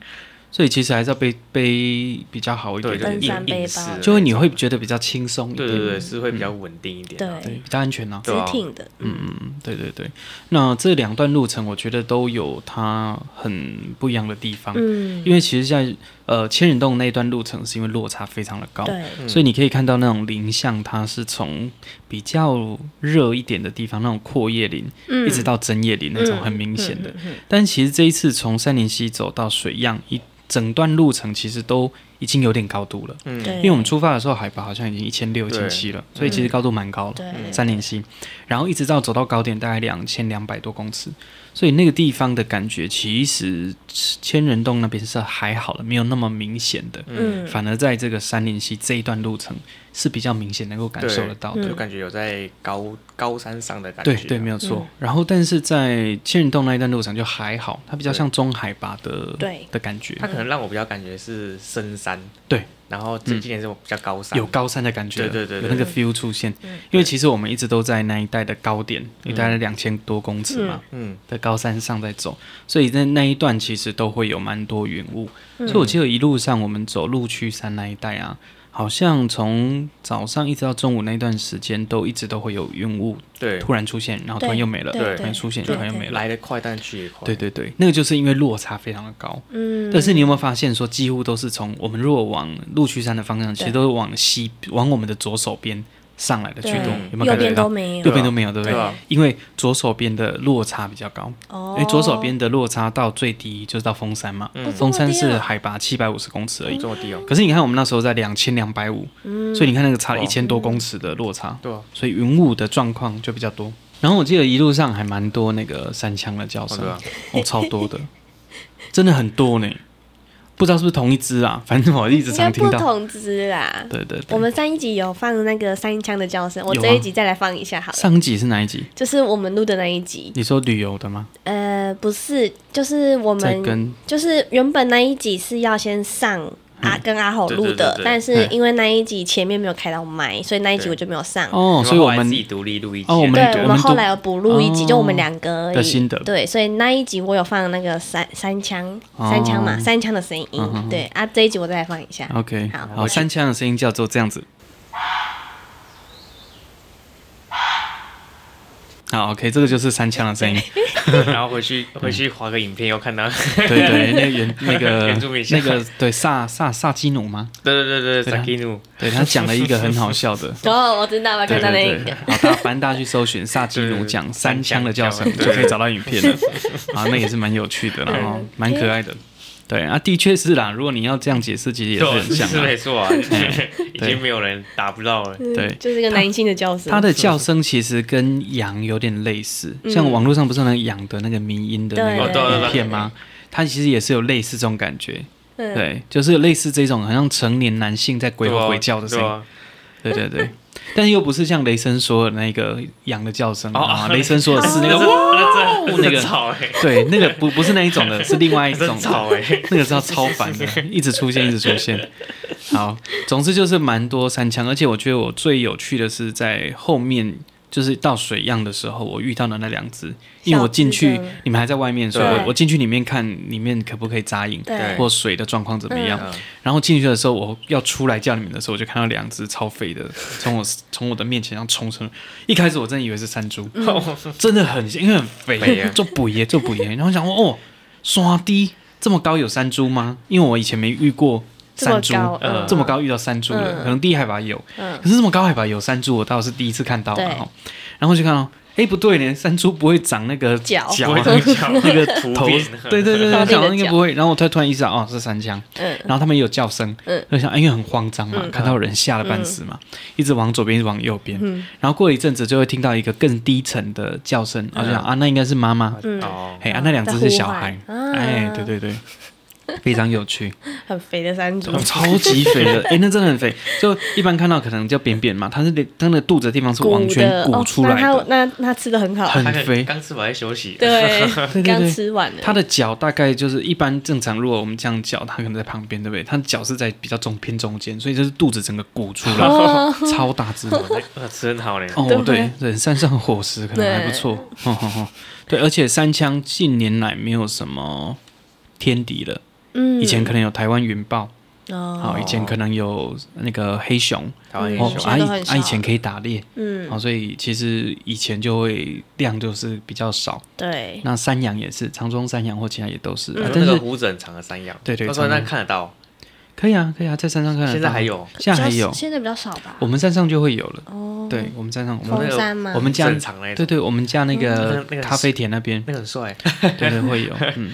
Speaker 1: 所以其实还是要背背比较好一
Speaker 3: 对，
Speaker 1: 点
Speaker 3: 就是
Speaker 1: 的
Speaker 2: 登
Speaker 1: 衣
Speaker 2: 山
Speaker 3: 硬
Speaker 1: 服，
Speaker 2: 背
Speaker 3: 硬
Speaker 2: 包
Speaker 3: 式的，
Speaker 1: 就会你会觉得比较轻松一
Speaker 3: 对
Speaker 1: 点，
Speaker 3: 对对，是会比较稳定一点。
Speaker 2: 对
Speaker 1: 对比较安全啊。
Speaker 3: 对
Speaker 2: 直
Speaker 3: 啊
Speaker 2: 挺的，嗯，
Speaker 1: 嗯，对对对。那这两段路程，我觉得都有它很不一样的地方，
Speaker 2: 嗯，
Speaker 1: 因为其实在呃千人洞那一段路程，是因为落差非常的高，
Speaker 2: 对，
Speaker 3: 嗯
Speaker 1: 所以你可以看到那种林相，它是从比较热一点的地方，那种阔叶林，
Speaker 2: 嗯
Speaker 1: 一直到针叶林那种
Speaker 2: 嗯
Speaker 1: 很明显的。但其实这一次从三林溪走到水漾，一整段路程其实都已经有点高度了，
Speaker 3: 嗯
Speaker 2: 对，
Speaker 1: 因为我们出发的时候海拔好像已经一千六、一千
Speaker 3: 对
Speaker 1: 七了，所以其
Speaker 2: 嗯
Speaker 1: 实高度蛮高的。
Speaker 2: 对
Speaker 3: 嗯
Speaker 1: 三林溪，然后一直到走到高点，大概两千两百多公尺，所以那个地方的感觉其实千人洞那边是还好的，没有那么明显的。
Speaker 2: 嗯，
Speaker 1: 反而在这个三林溪这一段路程是比较明显能够感受得到
Speaker 2: 嗯
Speaker 1: 的。
Speaker 3: 就感觉有在高高山上嗯的感觉
Speaker 1: 对
Speaker 3: 啊。
Speaker 1: 对，没有错。然后，但是在千人洞那一段路程就还好，它比较像中海拔的
Speaker 2: 对
Speaker 1: 的感觉
Speaker 3: 它，可能让我比较感觉是深山，
Speaker 1: 对，
Speaker 3: 然后这今年是我比较高山，
Speaker 1: 有高山的感觉了，
Speaker 3: 对对对
Speaker 1: 有那个
Speaker 3: 对嗯
Speaker 1: feel 出现。因为其实我们一直都在那一带的高点，一带两千多公尺嘛，
Speaker 3: 嗯，
Speaker 1: 的高山上在走，所以在那一段其实都会有蛮多云雾。
Speaker 2: 嗯
Speaker 1: 所以我记得一路上我们走陆区山那一带啊，好像从早上一直到中午那段时间，都一直都会有云雾
Speaker 3: 对，
Speaker 1: 突然出现，然后突然
Speaker 2: 对
Speaker 1: 又没了，
Speaker 2: 对
Speaker 1: 突
Speaker 2: 对
Speaker 1: 然出现，突
Speaker 2: 对
Speaker 1: 然又没了。
Speaker 3: 来的快，但去也快。
Speaker 1: 对对对，那个就是因为落差非常的高。
Speaker 2: 嗯，
Speaker 1: 但是你有没有发现说，几乎都是从我们如果往陆区山的方向，其实
Speaker 2: 对
Speaker 1: 都是往西，往我们的左手边上来的居
Speaker 2: 对
Speaker 1: 多，有没有
Speaker 2: 右
Speaker 1: 感觉
Speaker 2: 边都
Speaker 1: 到？
Speaker 2: 没有
Speaker 1: 右边都没有，对不
Speaker 3: 对啊
Speaker 1: 因为左手边的落差比较高。
Speaker 2: 哦
Speaker 1: 因为左手边的落差到最低就是到峰山嘛，
Speaker 3: 嗯
Speaker 2: 不
Speaker 1: 峰山
Speaker 2: 这么
Speaker 1: 是
Speaker 2: 低啊
Speaker 1: 海拔七百五十公尺而已。
Speaker 3: 这么低哦，
Speaker 1: 可是你看我们那时候在两千两百五，
Speaker 2: 嗯
Speaker 1: 所以你看那个差了
Speaker 3: 哇
Speaker 1: 一千多公尺的落差，
Speaker 3: 对啊，
Speaker 1: 所以云雾的状况就比较多。然后我记得一路上还蛮多那个山枪的叫
Speaker 3: 哦
Speaker 1: 声，
Speaker 3: 对啊，
Speaker 1: 哦，超多的，真的很多呢。不知道是不是同一只啊，反正我一直
Speaker 2: 应该
Speaker 1: 常
Speaker 2: 不
Speaker 1: 听到。
Speaker 2: 同支啦。
Speaker 1: 对对对，
Speaker 2: 我们上一集有放那个三枪的叫声，我
Speaker 1: 有啊
Speaker 2: 这一集再来放一下好了。
Speaker 1: 上一集是哪一集？
Speaker 2: 就是我们录的那一集，
Speaker 1: 你说旅游的吗？
Speaker 2: 呃，不是，就是我
Speaker 1: 在
Speaker 2: 们
Speaker 1: 跟
Speaker 2: 就是原本那一集是要先上阿跟阿好录
Speaker 3: 对对
Speaker 2: 的
Speaker 3: 对，对
Speaker 2: 但是因为那一集前面没有开到麦，所以那一集
Speaker 3: 对
Speaker 2: 我就没有上。
Speaker 1: 哦，所以我
Speaker 3: 后来
Speaker 1: 们
Speaker 3: 自己独立录一集，
Speaker 1: 哦我们
Speaker 2: 对，
Speaker 1: 我
Speaker 2: 我
Speaker 1: 们
Speaker 2: 们
Speaker 1: 都
Speaker 2: 后来有补录一集，
Speaker 1: 哦
Speaker 2: 就我们两个而已
Speaker 1: 的心得
Speaker 2: 对，所以那一集我有放那个三三枪，
Speaker 1: 哦
Speaker 2: 三枪嘛，三枪的声
Speaker 1: 嗯哦哼
Speaker 2: 音。对啊，这一集我再来放一下。
Speaker 1: OK
Speaker 2: 好
Speaker 1: 好，三枪的声音叫做这样子。好，OK，这个就是三枪的声音。
Speaker 3: 然后回去回去划个影片，又看到，
Speaker 1: 对对，那个原那个
Speaker 3: 原住民
Speaker 1: 那个对萨萨萨基努吗？
Speaker 3: 对对对对
Speaker 1: 对啊
Speaker 3: ，Sakino，
Speaker 1: 对他讲了一个很好笑的，
Speaker 2: 哦，我知道，我看到那一
Speaker 3: 对
Speaker 2: 个。
Speaker 1: 好，大家反正大家去搜寻萨基努讲三枪的叫声，就可以找到影片了。啊，那也是蛮有趣的，然后蛮可爱的。对啊，的确是啦。如果你要这样解释，其实也是
Speaker 3: 对，
Speaker 1: 很像
Speaker 3: 是
Speaker 1: 啊。
Speaker 3: 没错啊，已经没有人打不到了。
Speaker 1: 对啊
Speaker 2: 嗯就是一个男性的叫声。
Speaker 1: 它的叫声其实跟羊有点类似，像网络上不是那个羊的那个迷音的那
Speaker 2: 对对
Speaker 1: 个
Speaker 2: 对
Speaker 1: 影片吗？它其实也是有类似这种感觉，
Speaker 2: 嗯，
Speaker 1: 对，就是有类似这种好像成年男性在鬼
Speaker 3: 对
Speaker 1: 吼
Speaker 3: 啊
Speaker 1: 鬼叫的声
Speaker 3: 对
Speaker 1: 音，
Speaker 3: 啊
Speaker 1: 对对对。 但是又不是像雷声说的那个羊的叫声
Speaker 3: 哦
Speaker 1: 啊，雷声说的 是那
Speaker 3: 那
Speaker 1: 个
Speaker 3: 个那真
Speaker 1: 那个
Speaker 3: 很吵哎，
Speaker 1: 对，那个不不是那一 种的，是另外一种
Speaker 3: 真
Speaker 1: 的。
Speaker 3: 吵哎，
Speaker 1: 那个是要超烦的，一直出现，一直出现。好，总之就是蛮多三枪，而且我觉得我最有趣的是在后面，就是到水漾的时候，我遇到的那两只，因为我进
Speaker 2: 小
Speaker 1: 去
Speaker 2: 只的，
Speaker 1: 你们还在外面，所以我
Speaker 2: 对
Speaker 1: 我进去里面看里面可不可以扎营，
Speaker 2: 对
Speaker 1: 或水的状况怎么样。
Speaker 3: 嗯
Speaker 1: 然后进去的时候，我要出来叫你们的时候，我就看到两只超肥的从我从我的面前要冲出来。一开始我真的以为是山猪， 真的很像因为很
Speaker 3: 肥
Speaker 1: 肥
Speaker 3: 啊，
Speaker 1: 就补爷就补爷，然后想说哦，刷低这么高有山猪吗？因为我以前没遇过
Speaker 2: 这么
Speaker 1: 山猪，
Speaker 2: 高，
Speaker 3: 呃
Speaker 2: 嗯
Speaker 1: 这么，高遇到山猪了，
Speaker 2: 嗯
Speaker 1: 可能低海拔有，
Speaker 2: 嗯
Speaker 1: 可是这么高海拔有山猪，我倒是第一次看到
Speaker 2: 对
Speaker 1: 然后然后就看到，哎不对呢，山猪不会长那个
Speaker 2: 脚
Speaker 1: 脚
Speaker 3: 不
Speaker 1: 啊
Speaker 3: 会这么叫
Speaker 1: 那个
Speaker 3: 突
Speaker 1: 头
Speaker 3: 变，
Speaker 1: 对对对，
Speaker 2: 头
Speaker 1: 对
Speaker 2: 顶的
Speaker 1: 想应该
Speaker 2: 脚
Speaker 1: 不会。然后我突突然意识到，哦，是三枪。
Speaker 2: 嗯
Speaker 1: 然后他们也有叫声，
Speaker 2: 嗯
Speaker 1: 就想，哎因为很慌张嘛，看到人吓得半死嘛，一直往左边，一直往右边。
Speaker 2: 嗯
Speaker 1: 然后过了一阵子，就会听到一个更低沉的叫声，我就想啊，那应该是妈妈。
Speaker 2: 嗯，
Speaker 3: 哦，
Speaker 1: 嘿啊，那两只是小孩，
Speaker 2: 在呼喊啊
Speaker 1: 哎，对对对， 非常有趣，
Speaker 2: 很肥的山猪，
Speaker 1: 超级肥的，哎，那真的很肥。就一般看到可能叫扁扁嘛，它是连它的肚子的地方是完全
Speaker 2: 的
Speaker 1: 鼓
Speaker 2: 哦，
Speaker 1: 出
Speaker 2: 那
Speaker 1: 来
Speaker 2: 他
Speaker 1: 的，
Speaker 2: 那那吃的很好，
Speaker 1: 很
Speaker 3: 他可能
Speaker 1: 肥
Speaker 3: 刚吃饱在休息，
Speaker 1: 对对
Speaker 2: 对，刚吃完了，
Speaker 1: 它的脚大概就是一般正常，如果我们这样脚，它可能在旁边，对不对？它的脚是在比较中偏中间，所以就是肚子整个鼓出来，
Speaker 2: 哦
Speaker 1: 超大只 的。
Speaker 3: 我那吃很好嘞，
Speaker 1: 哦
Speaker 2: 对，
Speaker 1: 对，人山上伙食可能还不错，吼吼吼对，而且三枪近年来没有什么天敌了，
Speaker 2: 嗯，
Speaker 1: 以前可能有台湾云豹，
Speaker 2: 哦，
Speaker 1: 好，以前可能有那个黑熊，
Speaker 3: 台湾英
Speaker 1: 哦
Speaker 2: 现，
Speaker 3: 雄
Speaker 2: 在
Speaker 1: 啊以
Speaker 2: 都很少
Speaker 1: 啊以前可以打猎，哦
Speaker 2: 嗯，
Speaker 1: 好，所以其实以前就会量就是比较少，
Speaker 2: 对，
Speaker 1: 那山羊也是，长中山羊或其他也都
Speaker 2: 嗯
Speaker 1: 是，啊
Speaker 3: 那
Speaker 1: 但
Speaker 3: 个
Speaker 1: 是
Speaker 3: 胡子很长的山羊，
Speaker 1: 对对
Speaker 3: 他说
Speaker 1: 长
Speaker 3: 那
Speaker 1: 的
Speaker 3: 看得到，
Speaker 1: 可以啊，可以啊，在山上看得到
Speaker 3: 现在还，有，
Speaker 1: 现在还有
Speaker 2: 比较，现在比较少吧
Speaker 1: 我，们山上就会有了。
Speaker 2: 哦，
Speaker 1: 对，我们山上，我
Speaker 3: 我
Speaker 1: 们
Speaker 3: 那
Speaker 2: 红
Speaker 3: 个
Speaker 2: 山吗？
Speaker 1: 我们家
Speaker 3: 正常那一
Speaker 1: 对
Speaker 3: 种，
Speaker 1: 对，我们家那个
Speaker 3: 嗯那个那个
Speaker 1: 咖啡田那边，
Speaker 3: 那个很帅，
Speaker 1: 对对 会有，嗯。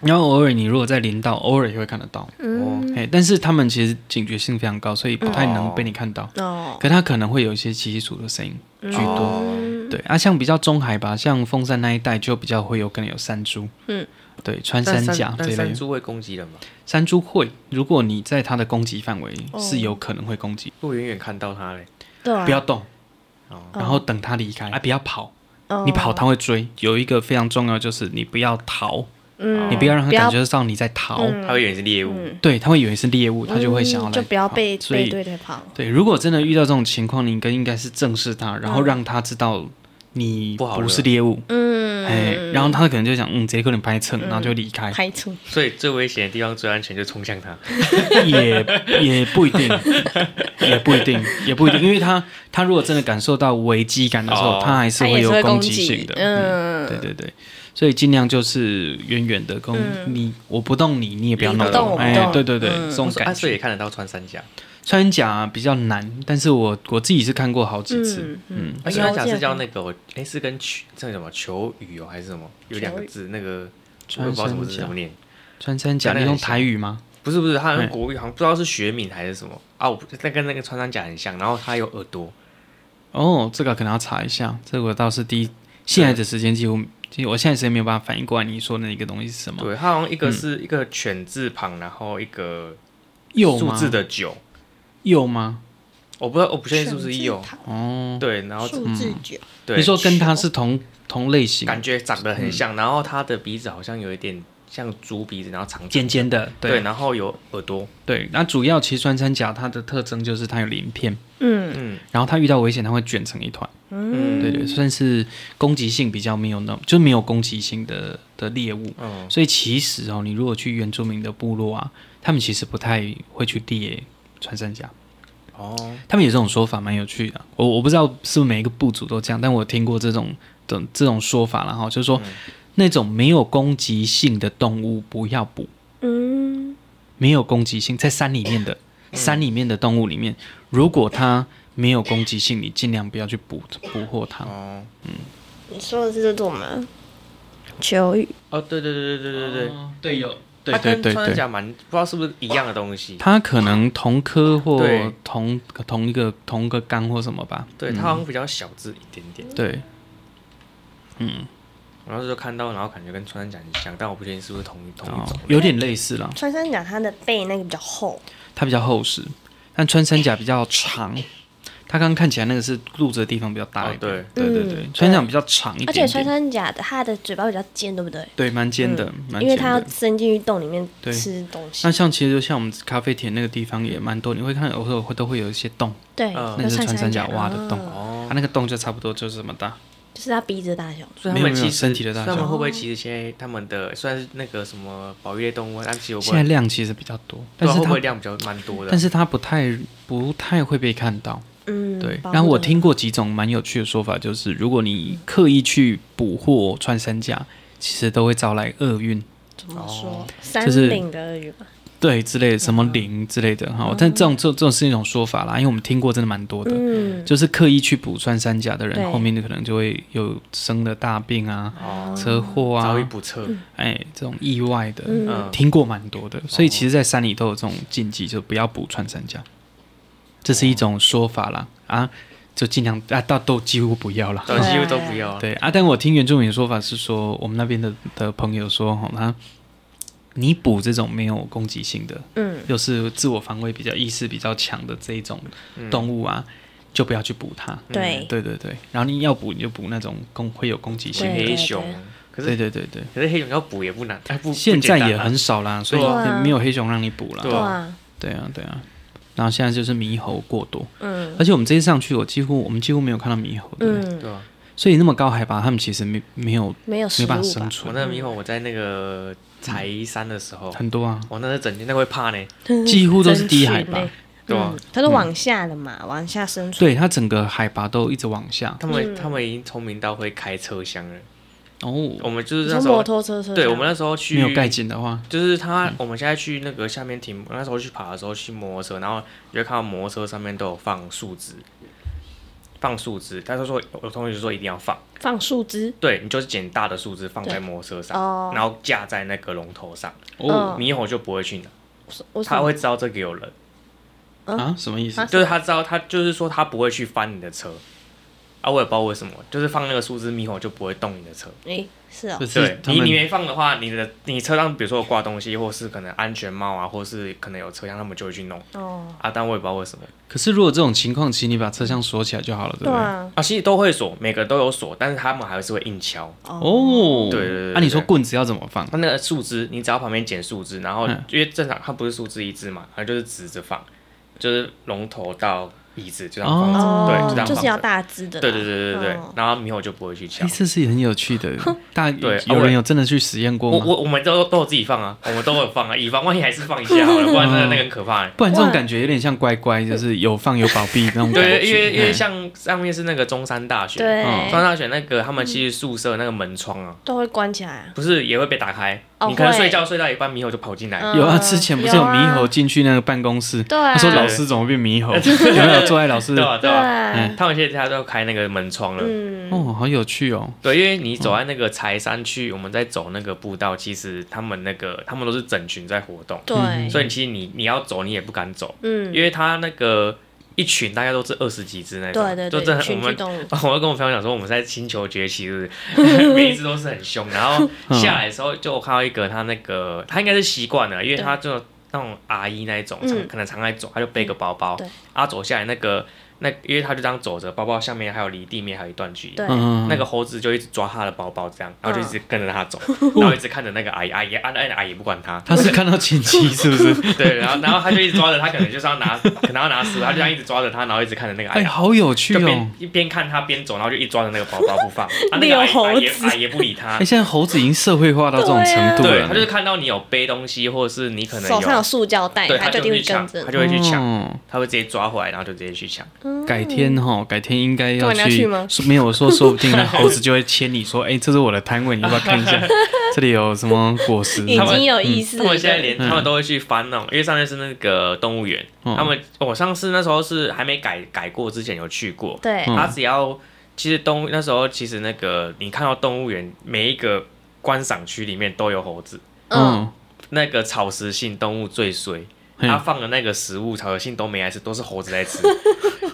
Speaker 1: 然后偶尔你如果在林道，偶尔也会看得到，
Speaker 2: 嗯，
Speaker 1: 哎，但是他们其实警觉性非常高，所以不太能
Speaker 3: 哦
Speaker 1: 被你看到。
Speaker 2: 哦，
Speaker 1: 可它可能会有一些奇奇楚的声音，
Speaker 2: 居
Speaker 3: 多
Speaker 2: 哦
Speaker 1: 对啊，像比较中海吧，像风扇那一带就比较会有可能有山猪，
Speaker 2: 嗯，
Speaker 1: 对，穿
Speaker 3: 但
Speaker 1: 山
Speaker 3: 山
Speaker 1: 甲这
Speaker 3: 但
Speaker 1: 类
Speaker 3: 山
Speaker 1: 的，
Speaker 3: 猪会攻击人吗？
Speaker 1: 山猪会，如果你在它的攻击范围
Speaker 2: 哦
Speaker 1: 是有可能会攻击，
Speaker 3: 如果远远看到它嘞，
Speaker 2: 对啊，
Speaker 1: 不要动，
Speaker 3: 哦，
Speaker 1: 然后等它离开，啊，不要跑，
Speaker 2: 哦
Speaker 1: 你跑它会追。有一个非常重要的就是你不要逃，
Speaker 2: 嗯
Speaker 1: 你不要让它感觉到你在逃，
Speaker 2: 嗯
Speaker 3: 它会以为你是猎物，
Speaker 2: 嗯
Speaker 1: 对，它会以为是猎物，它就会想要来
Speaker 2: 嗯
Speaker 1: 跑、
Speaker 2: 就不要被
Speaker 1: 所
Speaker 2: 被
Speaker 1: 以哎
Speaker 2: 对对跑，
Speaker 1: 对，如果真的遇到这种情况，你应该应该是正视它，然后让它知道你
Speaker 3: 不好
Speaker 1: 不是
Speaker 3: 惹
Speaker 1: 猎物，
Speaker 2: 嗯，
Speaker 1: 哎、然后它可能就想，嗯，这可能拍蹭，然后就离开，
Speaker 2: 排除，
Speaker 3: 所以最危险的地方最安全就冲向它，
Speaker 1: 也也不一定， 也不一定，也不一定，因为它它如果真的感受到危机感的时候，
Speaker 3: 哦
Speaker 1: 它、还是
Speaker 2: 它
Speaker 1: 会
Speaker 2: 也是
Speaker 1: 有
Speaker 2: 会
Speaker 1: 攻
Speaker 2: 攻
Speaker 1: 击性
Speaker 2: 击
Speaker 1: 的，，
Speaker 2: 嗯，
Speaker 1: 对对对，所以尽量就是远远的跟你，我不动你，你也不要弄
Speaker 3: 你不动我不
Speaker 1: 哎，
Speaker 2: 嗯动
Speaker 1: 对对对，
Speaker 2: 嗯
Speaker 1: 这种
Speaker 3: 啊
Speaker 1: 感
Speaker 3: 所以
Speaker 1: 觉。
Speaker 3: 也看得到穿山甲，
Speaker 1: 穿甲比较难，但是我我自己是看过好几次
Speaker 2: 嗯，
Speaker 1: 嗯，
Speaker 3: 而且
Speaker 2: 了
Speaker 3: 啊
Speaker 2: 解
Speaker 3: 它讲是叫那个，哎，是跟球，叫什么球语哦，还是什么？有两个字，那个我也不知道什么字
Speaker 1: 穿山甲
Speaker 3: 怎么念。
Speaker 1: 穿山甲
Speaker 3: 那
Speaker 1: 你
Speaker 3: 个
Speaker 1: 用
Speaker 3: 很像
Speaker 1: 台语吗？
Speaker 3: 不是不是，它好像
Speaker 1: 嗯
Speaker 3: 国语好像不知道是学名还是什么啊，我不那跟那个穿山甲很像，然后它有耳朵，
Speaker 1: 哦，这个可能要查一下，这个我倒是第一，现在的时间几乎，其实我现在时间没有办法反应过来你说的那个东西是什么，
Speaker 3: 对，它好像一个
Speaker 1: 嗯
Speaker 3: 是一个犬字旁，然后一个
Speaker 1: 鼬
Speaker 3: 数
Speaker 1: 吗？
Speaker 3: 字的九，
Speaker 1: 鼬吗？
Speaker 3: 我不知道我不确定是不是有，
Speaker 1: 哦，
Speaker 3: 对，然后
Speaker 2: 数字九，
Speaker 3: 对，
Speaker 1: 你说跟它是同同类型，
Speaker 3: 感觉长得很像，然后它的鼻子好像有一点像猪鼻子，然后长长
Speaker 1: 尖尖的，
Speaker 3: 对，
Speaker 1: 对
Speaker 3: 然后有耳朵，
Speaker 1: 对。那主要其实穿山甲它的特征就是它有鳞片，
Speaker 2: 嗯
Speaker 3: 嗯
Speaker 1: 然后它遇到危险它会卷成一团，
Speaker 3: 嗯
Speaker 1: 对对，算是攻击性比较没有那么，就没有攻击性的的猎物。
Speaker 3: 嗯
Speaker 1: 所以其实哦，你如果去原住民的部落啊，他们其实不太会去猎穿山甲，
Speaker 3: 哦，
Speaker 1: 他们有这种说法，蛮有趣的。我我不知道是不是每一个部族都这样，但我听过这种的这种说法了哈，就是说、
Speaker 3: 嗯
Speaker 1: 那种没有攻击性的动物不要捕，
Speaker 2: 嗯，
Speaker 1: 没有攻击性，在山里面的、
Speaker 3: 嗯
Speaker 1: 山里面的动物里面，如果它没有攻击性，你尽量不要去捕捕获它。
Speaker 3: 哦
Speaker 2: 你说的是这种吗？球语，
Speaker 3: 哦，对对对对对对对，
Speaker 1: 哦对有对
Speaker 3: 它
Speaker 1: 对
Speaker 3: 跟
Speaker 1: 对
Speaker 3: 穿山
Speaker 1: 对，
Speaker 3: 甲蛮不知道是不是一样的东西，
Speaker 1: 它可能同科或
Speaker 3: 对
Speaker 1: 同同一个同个纲或什么吧。
Speaker 3: 对，
Speaker 1: 嗯
Speaker 3: 它好像比较小只一点点。
Speaker 1: 对，嗯，
Speaker 3: 我当时就看到，然后感觉跟穿山甲很像，但我不确定是不是同一同一
Speaker 1: 哦
Speaker 3: 种。
Speaker 1: 有点类似了，
Speaker 2: 穿山甲它的背那个比较厚，
Speaker 1: 它比较厚实，但穿山甲比较长。它刚刚看起来那个是肚子的地方比较大
Speaker 3: 哦
Speaker 1: 一，点，
Speaker 3: 对，
Speaker 1: 对对对
Speaker 2: 嗯，
Speaker 1: 穿山甲比较长一
Speaker 2: 而且
Speaker 1: 点
Speaker 2: 穿
Speaker 1: 点，
Speaker 2: 山甲的它的嘴巴比较尖，对不对？
Speaker 1: 对，蛮尖的，蛮
Speaker 2: 因
Speaker 1: 尖
Speaker 2: 为它
Speaker 1: 的
Speaker 2: 要。伸进去洞里面
Speaker 1: 对
Speaker 2: 吃东西
Speaker 1: 那。像其实就像我们咖啡田那个地方也蛮多，你会看到偶尔会都会有一些洞，
Speaker 2: 对，
Speaker 3: 嗯
Speaker 1: 那
Speaker 2: 有
Speaker 1: 是穿山甲
Speaker 2: 甲
Speaker 1: 挖的洞
Speaker 3: 哦
Speaker 2: 嗯
Speaker 1: 它、那个洞就差不多就是这么大。
Speaker 2: 就是它鼻子的大小。
Speaker 3: 所以
Speaker 1: 没
Speaker 3: 他
Speaker 1: 有
Speaker 3: 们
Speaker 1: 没有
Speaker 3: 其实
Speaker 1: 身体的大小
Speaker 3: 所以他们会不会其实现在他们的呃虽然是那个什么保育类动物，但其实我不
Speaker 1: 现在量其实比较多， 但
Speaker 3: 对啊
Speaker 1: 是
Speaker 3: 会不
Speaker 1: 它
Speaker 3: 会量比较蛮多的？
Speaker 1: 但是它不太不太会被看到。
Speaker 2: 嗯，
Speaker 1: 对，
Speaker 2: 保护
Speaker 1: 然后我
Speaker 2: 的
Speaker 1: 听过几种蛮有趣的说法，就是如果你刻意去捕获穿山甲，其实都会招来厄运，
Speaker 2: 怎么
Speaker 3: 哦
Speaker 2: 说？山
Speaker 1: 是
Speaker 2: 顶的鳄鱼吧。
Speaker 1: 对之类的什么
Speaker 2: 嗯
Speaker 1: 灵之类的哈。但这种这这种是一种说法啦，因为我们听过真的蛮多的，
Speaker 2: 嗯，
Speaker 1: 就是刻意去捕穿山甲的
Speaker 2: 对
Speaker 1: 人，后面的可能就会有生了大病啊、
Speaker 3: 哦，
Speaker 2: 嗯
Speaker 1: 车祸啊
Speaker 3: 遭遇、不测，
Speaker 1: 哎这种意外的，
Speaker 3: 嗯
Speaker 1: 听过蛮多
Speaker 2: 哦
Speaker 1: 的。所以其实，在山里都有这种禁忌，就不要捕穿山甲，这是一种说法啦啊，就尽量啊，到都几乎不要啦。
Speaker 3: 东西都不要啊。
Speaker 1: 对啊，但我听原住民的说法是说，我们那边的的朋友说，哈、他你捕这种没有攻击性的，
Speaker 2: 嗯，
Speaker 1: 又是自我防卫比较意识比较强的这一种
Speaker 3: 嗯
Speaker 1: 动物啊，就不要去捕它。
Speaker 2: 对
Speaker 1: 对对对，然后你要捕你就捕那种攻会有攻击性
Speaker 2: 对
Speaker 1: 的。
Speaker 3: 黑熊，可
Speaker 1: 对
Speaker 3: 是
Speaker 1: 对对对，
Speaker 3: 可是黑熊要捕也不难，哎不
Speaker 1: 现在也。
Speaker 3: 不简单啊
Speaker 1: 很少啦，所以
Speaker 3: 对
Speaker 2: 啊
Speaker 1: 也没有黑熊让你捕啦。
Speaker 3: 对
Speaker 2: 对啊，
Speaker 1: 对啊对啊，然后现在就是猕猴过多，
Speaker 2: 嗯
Speaker 1: 而且我们这次上去，我几乎我们几乎没有看到猕猴的，
Speaker 2: 嗯，
Speaker 3: 对啊，
Speaker 1: 所以那么高海拔，他们其实没没有
Speaker 2: 没有食
Speaker 1: 没
Speaker 2: 物吧
Speaker 1: 办法生
Speaker 3: 我
Speaker 1: 存，
Speaker 3: 那个猕猴，我在那个柴山的时候，
Speaker 1: 很多啊。
Speaker 3: 我那是整天那会怕呢。
Speaker 1: 几乎都是
Speaker 2: 嗯真
Speaker 1: 低
Speaker 2: 是
Speaker 1: 海拔
Speaker 2: 嘞，
Speaker 3: 对啊
Speaker 2: 嗯，它都往下的嘛，往下生存。
Speaker 1: 对，它整个海拔都一直往下。
Speaker 3: 他
Speaker 2: 嗯
Speaker 3: 们他们已经聪明到会开车厢了。我
Speaker 1: 哦，
Speaker 3: 们就是
Speaker 2: 你
Speaker 3: 那
Speaker 2: 说
Speaker 3: 时
Speaker 2: 摩
Speaker 3: 候，
Speaker 2: 托车车厢，啊
Speaker 3: 对我们那时候去
Speaker 1: 没有盖紧的话，
Speaker 3: 就是他，我们现在去那个下面停，那时候去爬的时候去摩托车，然后你就会看到摩托车上面都有放树枝，放树枝。他就说，有同学就说一定要放，
Speaker 2: 放树枝，
Speaker 3: 对你就是捡大的树枝放在
Speaker 2: 对
Speaker 3: 摩托车上，
Speaker 2: 哦
Speaker 3: 然后架在那个龙头上，
Speaker 2: 哦
Speaker 3: 猕猴就不会去拿，
Speaker 2: 我
Speaker 3: 他会知道这个有人，
Speaker 1: 啊，什么意思
Speaker 2: 啊？
Speaker 3: 就是他知道他就是说他不会去翻你的车。啊，我也不知道为什么，就是放那个树枝，猕猴就不会动你的车。
Speaker 2: 哎是哦
Speaker 1: 就，
Speaker 3: 对
Speaker 1: 是他
Speaker 3: 你，
Speaker 1: 们
Speaker 3: 你没放的话，你的你车上比如说有挂东西，或是可能安全帽啊，或是可能有车厢，他们就会去弄。
Speaker 2: 哦，
Speaker 3: 啊，但我也不知道为什么
Speaker 1: 可是如果这种情况，其实你把车厢锁起来就好了，对
Speaker 2: 对
Speaker 1: 不对？
Speaker 2: 啊，
Speaker 3: 啊，其实都会锁，每个都有锁，但是他们还是会硬敲。
Speaker 1: 哦，
Speaker 3: 对对对对啊
Speaker 1: 那你说棍子要怎么放？
Speaker 3: 那那个树枝，你只要旁边捡树枝，然后
Speaker 1: 嗯
Speaker 3: 因为正常它不是树枝一支嘛，它就是直着放，就是龙头到椅子就这样放着。
Speaker 1: 哦
Speaker 3: 对就这样
Speaker 2: 就是要
Speaker 3: 放着
Speaker 2: 大只的啦，
Speaker 3: 对对对对对，
Speaker 2: 哦
Speaker 3: 然后猕猴就不会去敲
Speaker 1: 哎，。这是很有趣的。大
Speaker 3: 对啊
Speaker 1: 有人有真的去实验过
Speaker 3: 我
Speaker 1: 吗？
Speaker 3: 我我们都都有自己放啊，我们都有放啊，以防万一还是放一下好了，不然真的那个很可怕、欸。
Speaker 1: 不然这种
Speaker 2: 哇
Speaker 1: 感觉有点像乖乖，就是有放有保庇那 种感觉。
Speaker 3: 对，因为因为
Speaker 1: 嗯
Speaker 3: 像上面是那个中山大学，中山
Speaker 2: 对，
Speaker 3: 大学那个他们其实宿舍那个门窗啊，
Speaker 2: 都会关起来啊，
Speaker 3: 不是也会被打开，
Speaker 2: 哦
Speaker 3: 你可能
Speaker 2: 会
Speaker 3: 睡觉睡到一半，猕猴就跑进来，
Speaker 1: 有啊，
Speaker 2: 嗯
Speaker 1: 之前不是有
Speaker 2: 有啊
Speaker 1: 猕猴进去那个办公室，
Speaker 2: 对啊，
Speaker 1: 他说老师怎么变 猕猴？有没有坐在老师
Speaker 3: 对？吧？
Speaker 2: 嗯对
Speaker 3: 对吧？
Speaker 2: 啊，
Speaker 3: 他们现在都开那个门窗了。
Speaker 2: 嗯，
Speaker 1: 哦，好有趣哦。
Speaker 3: 对，因为你走在那个柴山区，我们在走那个步道，其实他们那个他们都是整群在活动，
Speaker 2: 对，
Speaker 3: 嗯所以其实你你要走你也不敢走，
Speaker 2: 嗯，
Speaker 3: 因为他那个一群大概都是二十几只那种，
Speaker 2: 对对
Speaker 3: 就真
Speaker 2: 对，
Speaker 3: 的
Speaker 2: 群
Speaker 3: 我
Speaker 2: 居
Speaker 3: 们。
Speaker 2: 动物，
Speaker 3: 我就跟我朋友讲说，我们在星球崛起，是不是？ 每一只都是很凶。然后下来的时候，就我看到一个他那个，他应该是习惯了，因为他就那种阿姨那一种，
Speaker 2: 嗯
Speaker 3: 常可能常来走，他就背个包包
Speaker 2: 对，
Speaker 3: 他走下来那个那因为他就这样走着，包包下面还有离地面还有一段距离，
Speaker 2: 对嗯
Speaker 1: 嗯，
Speaker 3: 那个猴子就一直抓他的包包，这样，然后就一直跟着他 走，然后一直看着那个阿姨，阿姨阿那阿姨不管他，
Speaker 1: 他是看到前妻是不 是？
Speaker 3: 对，然后然后他就一直抓着他，可能就是要拿，可能要拿食物，他就这样一直抓着他，然后一直看着那个阿
Speaker 1: 哎，
Speaker 3: 姨，
Speaker 1: 好有趣
Speaker 3: 就
Speaker 1: 哦
Speaker 3: 边！一边看他边走，然后就一直抓着那个包包不放，啊，那
Speaker 2: 遛
Speaker 3: 个阿姨阿姨
Speaker 2: 猴子
Speaker 3: 阿姨不理他
Speaker 1: 哎，，现在猴子已经社会化到这种程度
Speaker 3: 对
Speaker 2: 啊
Speaker 1: 了
Speaker 3: 他就是看到你有背东西，或者是你可能
Speaker 2: 手上有
Speaker 3: 有，
Speaker 2: 塑胶袋，
Speaker 3: 对，
Speaker 2: 哦他
Speaker 3: 他
Speaker 2: 就
Speaker 3: 就
Speaker 2: 一定
Speaker 3: 会
Speaker 2: 会
Speaker 3: 去抢，
Speaker 2: 跟着
Speaker 3: 他
Speaker 2: 你。
Speaker 3: 就会去抢，
Speaker 1: 哦
Speaker 3: 他会直接抓回来，然后就直接去抢。
Speaker 1: 改天哈，改天应该要
Speaker 2: 对你要去吗
Speaker 1: 说没有 说，说不定那猴子就会牵你说，哎，这是我的摊位，你要不要看一 下？这里有什么果实？
Speaker 2: 已
Speaker 3: 他们
Speaker 2: 经有意识
Speaker 3: 他
Speaker 2: 了。
Speaker 3: 们现在连
Speaker 1: 嗯
Speaker 3: 他们都会去翻那种，因为上面是那个动物园，
Speaker 1: 嗯
Speaker 3: 他们哦我上次那时候是还没改改过之前有去过，
Speaker 2: 对
Speaker 1: 嗯
Speaker 3: 他只要其实动物那时候其实那个你看到动物园每一个观赏区里面都有猴子，
Speaker 2: 嗯，
Speaker 1: 嗯，
Speaker 3: 那个草食性动物最衰。
Speaker 1: 嘿
Speaker 3: 他放的那个食物，草食性都没来吃，都是猴子 在吃，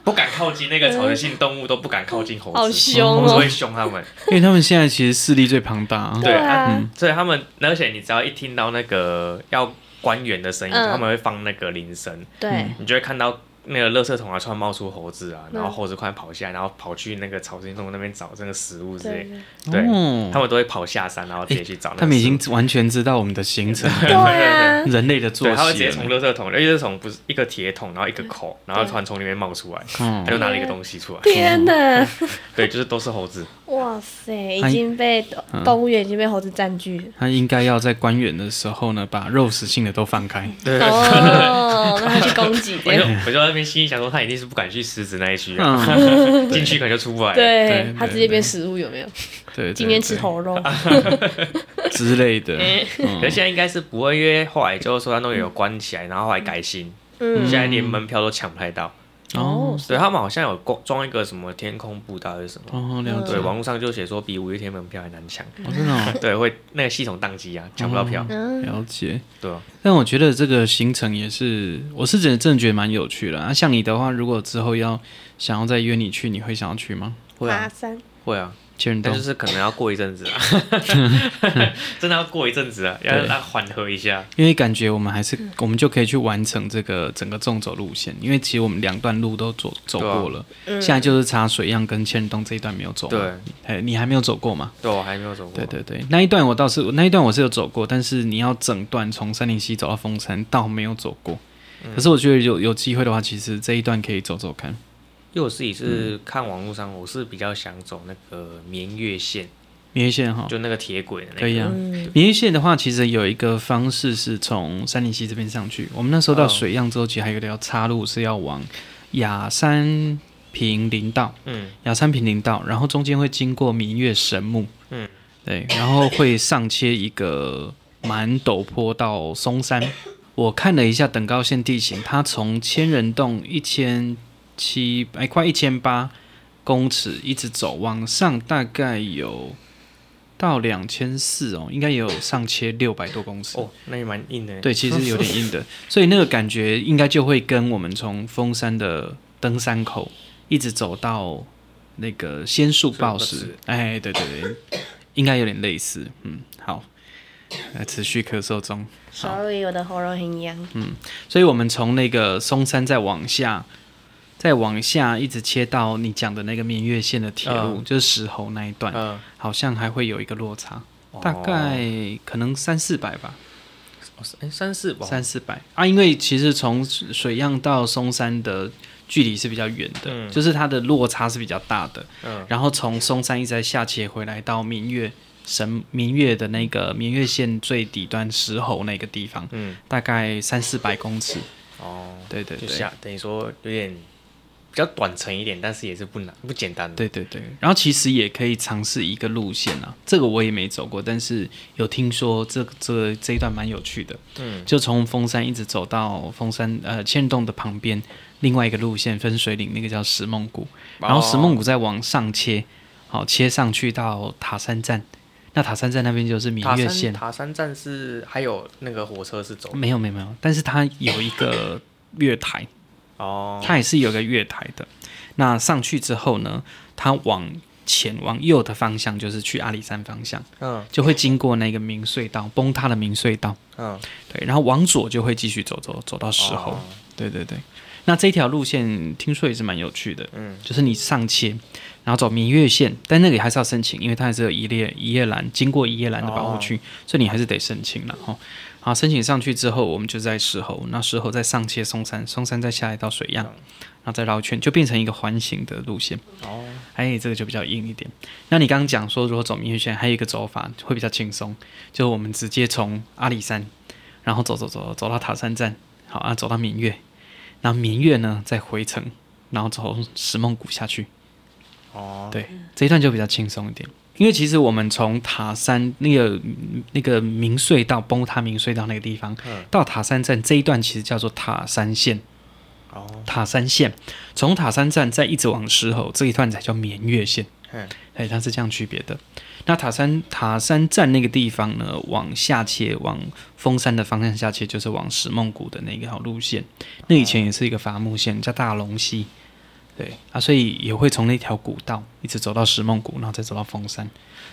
Speaker 3: 不敢靠近那个草食性动物，都不敢靠近猴
Speaker 2: 好
Speaker 3: 子，
Speaker 2: 凶
Speaker 3: 猴子
Speaker 2: 哦
Speaker 3: 会。凶他们。
Speaker 1: 因为他们现在其实势力最庞大啊。
Speaker 3: 对
Speaker 2: 啊，
Speaker 3: 所以他们，而且你只要一听到那个要官员的声音，
Speaker 2: 嗯
Speaker 3: 他们会放那个铃声，
Speaker 1: 嗯
Speaker 2: 对，
Speaker 3: 你就会看到那个垃圾桶啊，突然冒出猴子啊，
Speaker 2: 嗯
Speaker 3: 然后猴子快跑下来，然后跑去那个草生动物那边找这个食物之类
Speaker 2: 对，
Speaker 3: 对
Speaker 1: 哦
Speaker 3: 他们都会跑下山，然后直接去找那个食物。
Speaker 1: 他们已经完全知道我们的行 程，
Speaker 2: 对啊，
Speaker 1: 人类的作
Speaker 3: 对，他会直
Speaker 1: 息
Speaker 3: 接从
Speaker 1: 了。
Speaker 3: 垃圾桶，因为垃圾桶不是一个铁桶，然后一个口，然后突然从里面冒出来，
Speaker 1: 嗯
Speaker 3: 他就拿了一个东西出来。
Speaker 2: 天哪，
Speaker 3: 对，就是都是猴子。
Speaker 2: 哇塞，已
Speaker 1: 他
Speaker 2: 经被
Speaker 1: 哎嗯
Speaker 2: 动物园已经被猴子占据了。
Speaker 1: 他应该要在官员的时候呢，把肉食性的都放开。
Speaker 3: 对，
Speaker 2: 哦，那他去攻击
Speaker 3: 我就
Speaker 2: 的，
Speaker 3: 我就在那边心里想说，他一定是不敢去狮子那一区啊，
Speaker 1: 嗯，
Speaker 3: 进去可能就出不来了。
Speaker 1: 对
Speaker 2: 对他
Speaker 1: 对
Speaker 2: 直接变食物有没有？
Speaker 1: 对，
Speaker 2: 今天
Speaker 1: 对
Speaker 2: 吃
Speaker 1: 对
Speaker 2: 猴 肉，
Speaker 1: 之类的。嗯
Speaker 3: 可是现在应该是不会，因为后来就是说他那个有关起来，然后后来改新，
Speaker 2: 嗯
Speaker 3: 现，在连门票都抢不太到。
Speaker 1: 哦
Speaker 3: 对他们好像有装装一个什么天空步道还是什么，
Speaker 1: 哦，了解。
Speaker 3: 对，网络上就写说比五月天门票还难抢，
Speaker 1: 哦真的哦
Speaker 3: 对，会那个系统宕机啊，抢不到票，
Speaker 2: 嗯，
Speaker 1: 了解。
Speaker 3: 对啊，
Speaker 1: 但我觉得这个行程也是，我是真的真的觉得蛮有趣的。啊，像你的话，如果之后要想要再约你去，你会想要去吗？
Speaker 3: 会
Speaker 2: 爬
Speaker 3: 啊，
Speaker 2: 山，
Speaker 3: 会啊，
Speaker 1: 千人
Speaker 3: 但
Speaker 1: 洞
Speaker 3: 就。是可能要过一阵子 啊，真的要过一阵子啊，要
Speaker 1: 对
Speaker 3: 要缓和一下，
Speaker 1: 因为感觉我们还是，我们就可以去完成这个整个纵走路线，因为其实我们两段路都走走
Speaker 3: 对啊
Speaker 1: 过了，
Speaker 2: 嗯
Speaker 1: 现在就是差水漾跟千人洞这一段没有走。
Speaker 3: 对，
Speaker 1: 哎，你还没有走过吗？
Speaker 3: 对我还没有走过，
Speaker 1: 对对对，那一段我倒是那一段我是有走过，但是你要整段从三零七走到峰山，倒没有走过。
Speaker 3: 嗯
Speaker 1: 可是我觉得有有机会的话，其实这一段可以走走看。
Speaker 3: 因为我自己是看网络上，我是比较想走那个绵月线，
Speaker 1: 棉线哈，
Speaker 3: 就那个铁轨的那个，
Speaker 1: 可以啊。
Speaker 2: 嗯，
Speaker 1: 棉线的话，其实有一个方式是从三零七这边上去。我们那时候到
Speaker 3: 哦
Speaker 1: 水漾之后，其实还有一条岔路是要往雅山平林道。
Speaker 3: 嗯，
Speaker 1: 雅山平林道，然后中间会经过明月神木，
Speaker 3: 嗯，
Speaker 1: 对，然后会上切一个蛮陡坡到松山。我看了一下等高线地形，它从千人洞一千七哎快一千八公尺一直走往上，大概有到两千四哦，应该也有上切六百多公尺。
Speaker 3: 哦，那也蛮硬的，
Speaker 1: 对，其实有点硬 的，所以那个感觉应该就会跟我们从峰山的登山口一直走到那个仙树报
Speaker 3: 仙树
Speaker 1: 时
Speaker 3: 报，
Speaker 1: 哎，对对对，应该有点类似。嗯，好，呃，持续咳嗽中。
Speaker 2: ，sorry，我的喉咙很痒，
Speaker 1: 嗯所以我们从那个松山再往下，再往下一直切到你讲的那个明月线的铁路，
Speaker 3: 嗯
Speaker 1: 就是石猴那一段，
Speaker 3: 嗯，
Speaker 1: 好像还会有一个落差，
Speaker 3: 哦
Speaker 1: 大概可能三四百吧。
Speaker 3: 哦三三四吧，
Speaker 1: 三四百啊，因为其实从水漾到松山的距离是比较远的，
Speaker 3: 嗯
Speaker 1: 就是它的落差是比较大的。
Speaker 3: 嗯
Speaker 1: 然后从松山一直在下切回来到明月神明月的那个明月线最底端石猴那个地方，
Speaker 3: 嗯，
Speaker 1: 大概三四百公尺。
Speaker 3: 哦，
Speaker 1: 对对
Speaker 3: 就
Speaker 1: 对，
Speaker 3: 下等于说有点比较短程一点，但是也是不难不简单的，
Speaker 1: 对对对。然后其实也可以尝试一个路线啊，这个我也没走过，但是有听说这这这一段蛮有趣的。
Speaker 3: 嗯，
Speaker 1: 就从峰山一直走到峰山呃千洞的旁边，另外一个路线分水岭，那个叫石梦谷，然后石梦
Speaker 3: 谷
Speaker 1: 谷再往上切，好、切上去到塔山站，那塔山站那边就是明
Speaker 3: 塔
Speaker 1: 月
Speaker 3: 山
Speaker 1: 线，
Speaker 3: 塔山站是还有那个火车是走
Speaker 1: 没有没有没有，但是它有一个月台，
Speaker 3: 哦，
Speaker 1: 它也是有个月台的。那上去之后呢，它往前往右的方向就是去阿里山方向，
Speaker 3: 嗯
Speaker 1: 就会经过那个明隧道崩塌的明隧道，
Speaker 3: 嗯，
Speaker 1: 对，然后往左就会继续走走走到石猴。
Speaker 3: 哦
Speaker 1: 对对对，那这条路线听说也是蛮有趣的，
Speaker 3: 嗯，
Speaker 1: 就是你上切，然后走明月线，但那个也还是要申请，因为它还是有一列一叶兰经过一叶兰的保护
Speaker 3: 哦
Speaker 1: 区，所以你还是得申请了哈。好，申请上去之后，我们就在石猴，那石猴再上切松山，松山再下来到水漾，
Speaker 3: 嗯
Speaker 1: 然后再绕一圈，就变成一个环形的路线。
Speaker 3: 哦，
Speaker 1: 哎，这个就比较硬一点。那你刚刚讲说，如果走明月线，还有一个走法会比较轻松，就是我们直接从阿里山，然后走走走走到塔山站，好啊，走到明月，然后明月呢再回程，然后走石梦谷下去，
Speaker 3: 哦，
Speaker 1: 对，这一段就比较轻松一点。因为其实我们从塔山那个那个明隧道崩塌明隧道那个地方
Speaker 3: 嗯，
Speaker 1: 到塔山站这一段其实叫做塔山线，
Speaker 3: 哦，
Speaker 1: 塔山线，从塔山站再一直往石猴这一段才叫绵月线。
Speaker 3: 嗯，
Speaker 1: 哎，它是这样区别的。那塔山塔山站那个地方呢，往下切，往峰山的方向下切，就是往石梦谷的那条路线。那以前也是一个伐木线，叫大龙溪。对啊，所以也会从那条古道一直走到石梦谷，然后再走到峰山，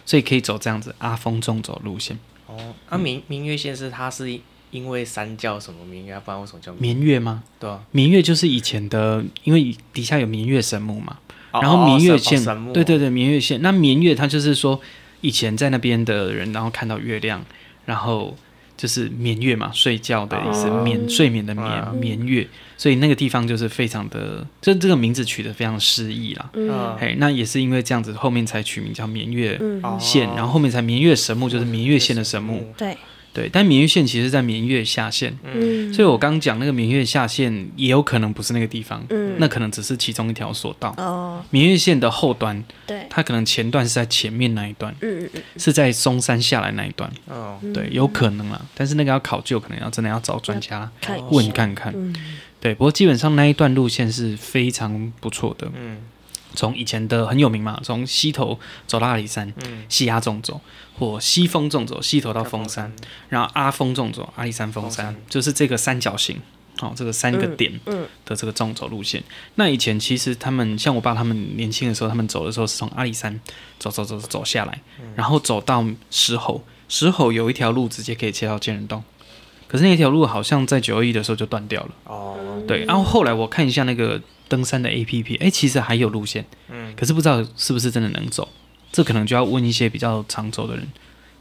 Speaker 1: 所以可以走这样子阿峰纵走路线。
Speaker 3: 哦，啊，明明月线是它是因为山叫什么明月，不然为什么叫明？
Speaker 1: 绵月吗？
Speaker 3: 对啊，
Speaker 1: 绵月就是以前的，因为底下有绵月神木嘛，
Speaker 3: 哦
Speaker 1: 然后明月线，对，
Speaker 3: 哦
Speaker 1: 对对，明月线。那明月它就是说，以前在那边的人，然后看到月亮，然后就是眠月嘛，睡觉的意思，
Speaker 3: 哦
Speaker 1: 眠睡眠的
Speaker 3: 啊
Speaker 1: 眠，眠月。所以那个地方就是非常的，这这个名字取得非常诗意啦。
Speaker 3: 嗯
Speaker 2: 嗯
Speaker 1: 哎，那也是因为这样子，后面才取名叫眠月
Speaker 2: 嗯，
Speaker 3: 哦
Speaker 1: 县，然后后面才明月神木，就是明月县的神
Speaker 3: 神
Speaker 1: 木。
Speaker 3: 木
Speaker 2: 对，
Speaker 1: 对，但明月县其实在明月下县，
Speaker 2: 嗯，
Speaker 1: 所以我刚讲那个明月下县也有可能不是那个地方，
Speaker 2: 嗯
Speaker 1: 那可能只是其中一条索道。
Speaker 2: 哦，
Speaker 1: 明月县的后端，
Speaker 2: 对，
Speaker 1: 它可能前段是在前面那一段，
Speaker 2: 嗯嗯
Speaker 1: 是在松山下来那一段，
Speaker 3: 哦，
Speaker 2: 嗯，
Speaker 1: 对，有可能啦。但是那个要考究，可能要真的要找专家
Speaker 2: 看一下
Speaker 1: 问，看看。
Speaker 2: 嗯
Speaker 1: 对，不过基本上那一段路线是非常不错的，
Speaker 3: 嗯
Speaker 1: 从以前的很有名嘛，从西头走到阿里山，
Speaker 3: 嗯，
Speaker 1: 西阿纵走，或西峰纵走，西头到峰山，，然后阿峰纵走，阿里山峰山
Speaker 3: 峰山，
Speaker 1: 就是这个三角形。哦，这个三个
Speaker 2: 嗯
Speaker 1: 点
Speaker 2: 嗯
Speaker 1: 的这个纵走路线，那以前其实他们像我爸他们年轻的时候，他们走的时候是从阿里山走走走走下来，然后走到石猴，石猴有一条路直接可以切到建仁洞，可是那条路好像在九二一的时候就断掉了。
Speaker 3: 哦，
Speaker 1: 对，然后后来我看一下那个登山的 APP，哎，其实还有路线，
Speaker 3: 嗯，
Speaker 1: 可是不知道是不是真的能走，这可能就要问一些比较常走的人，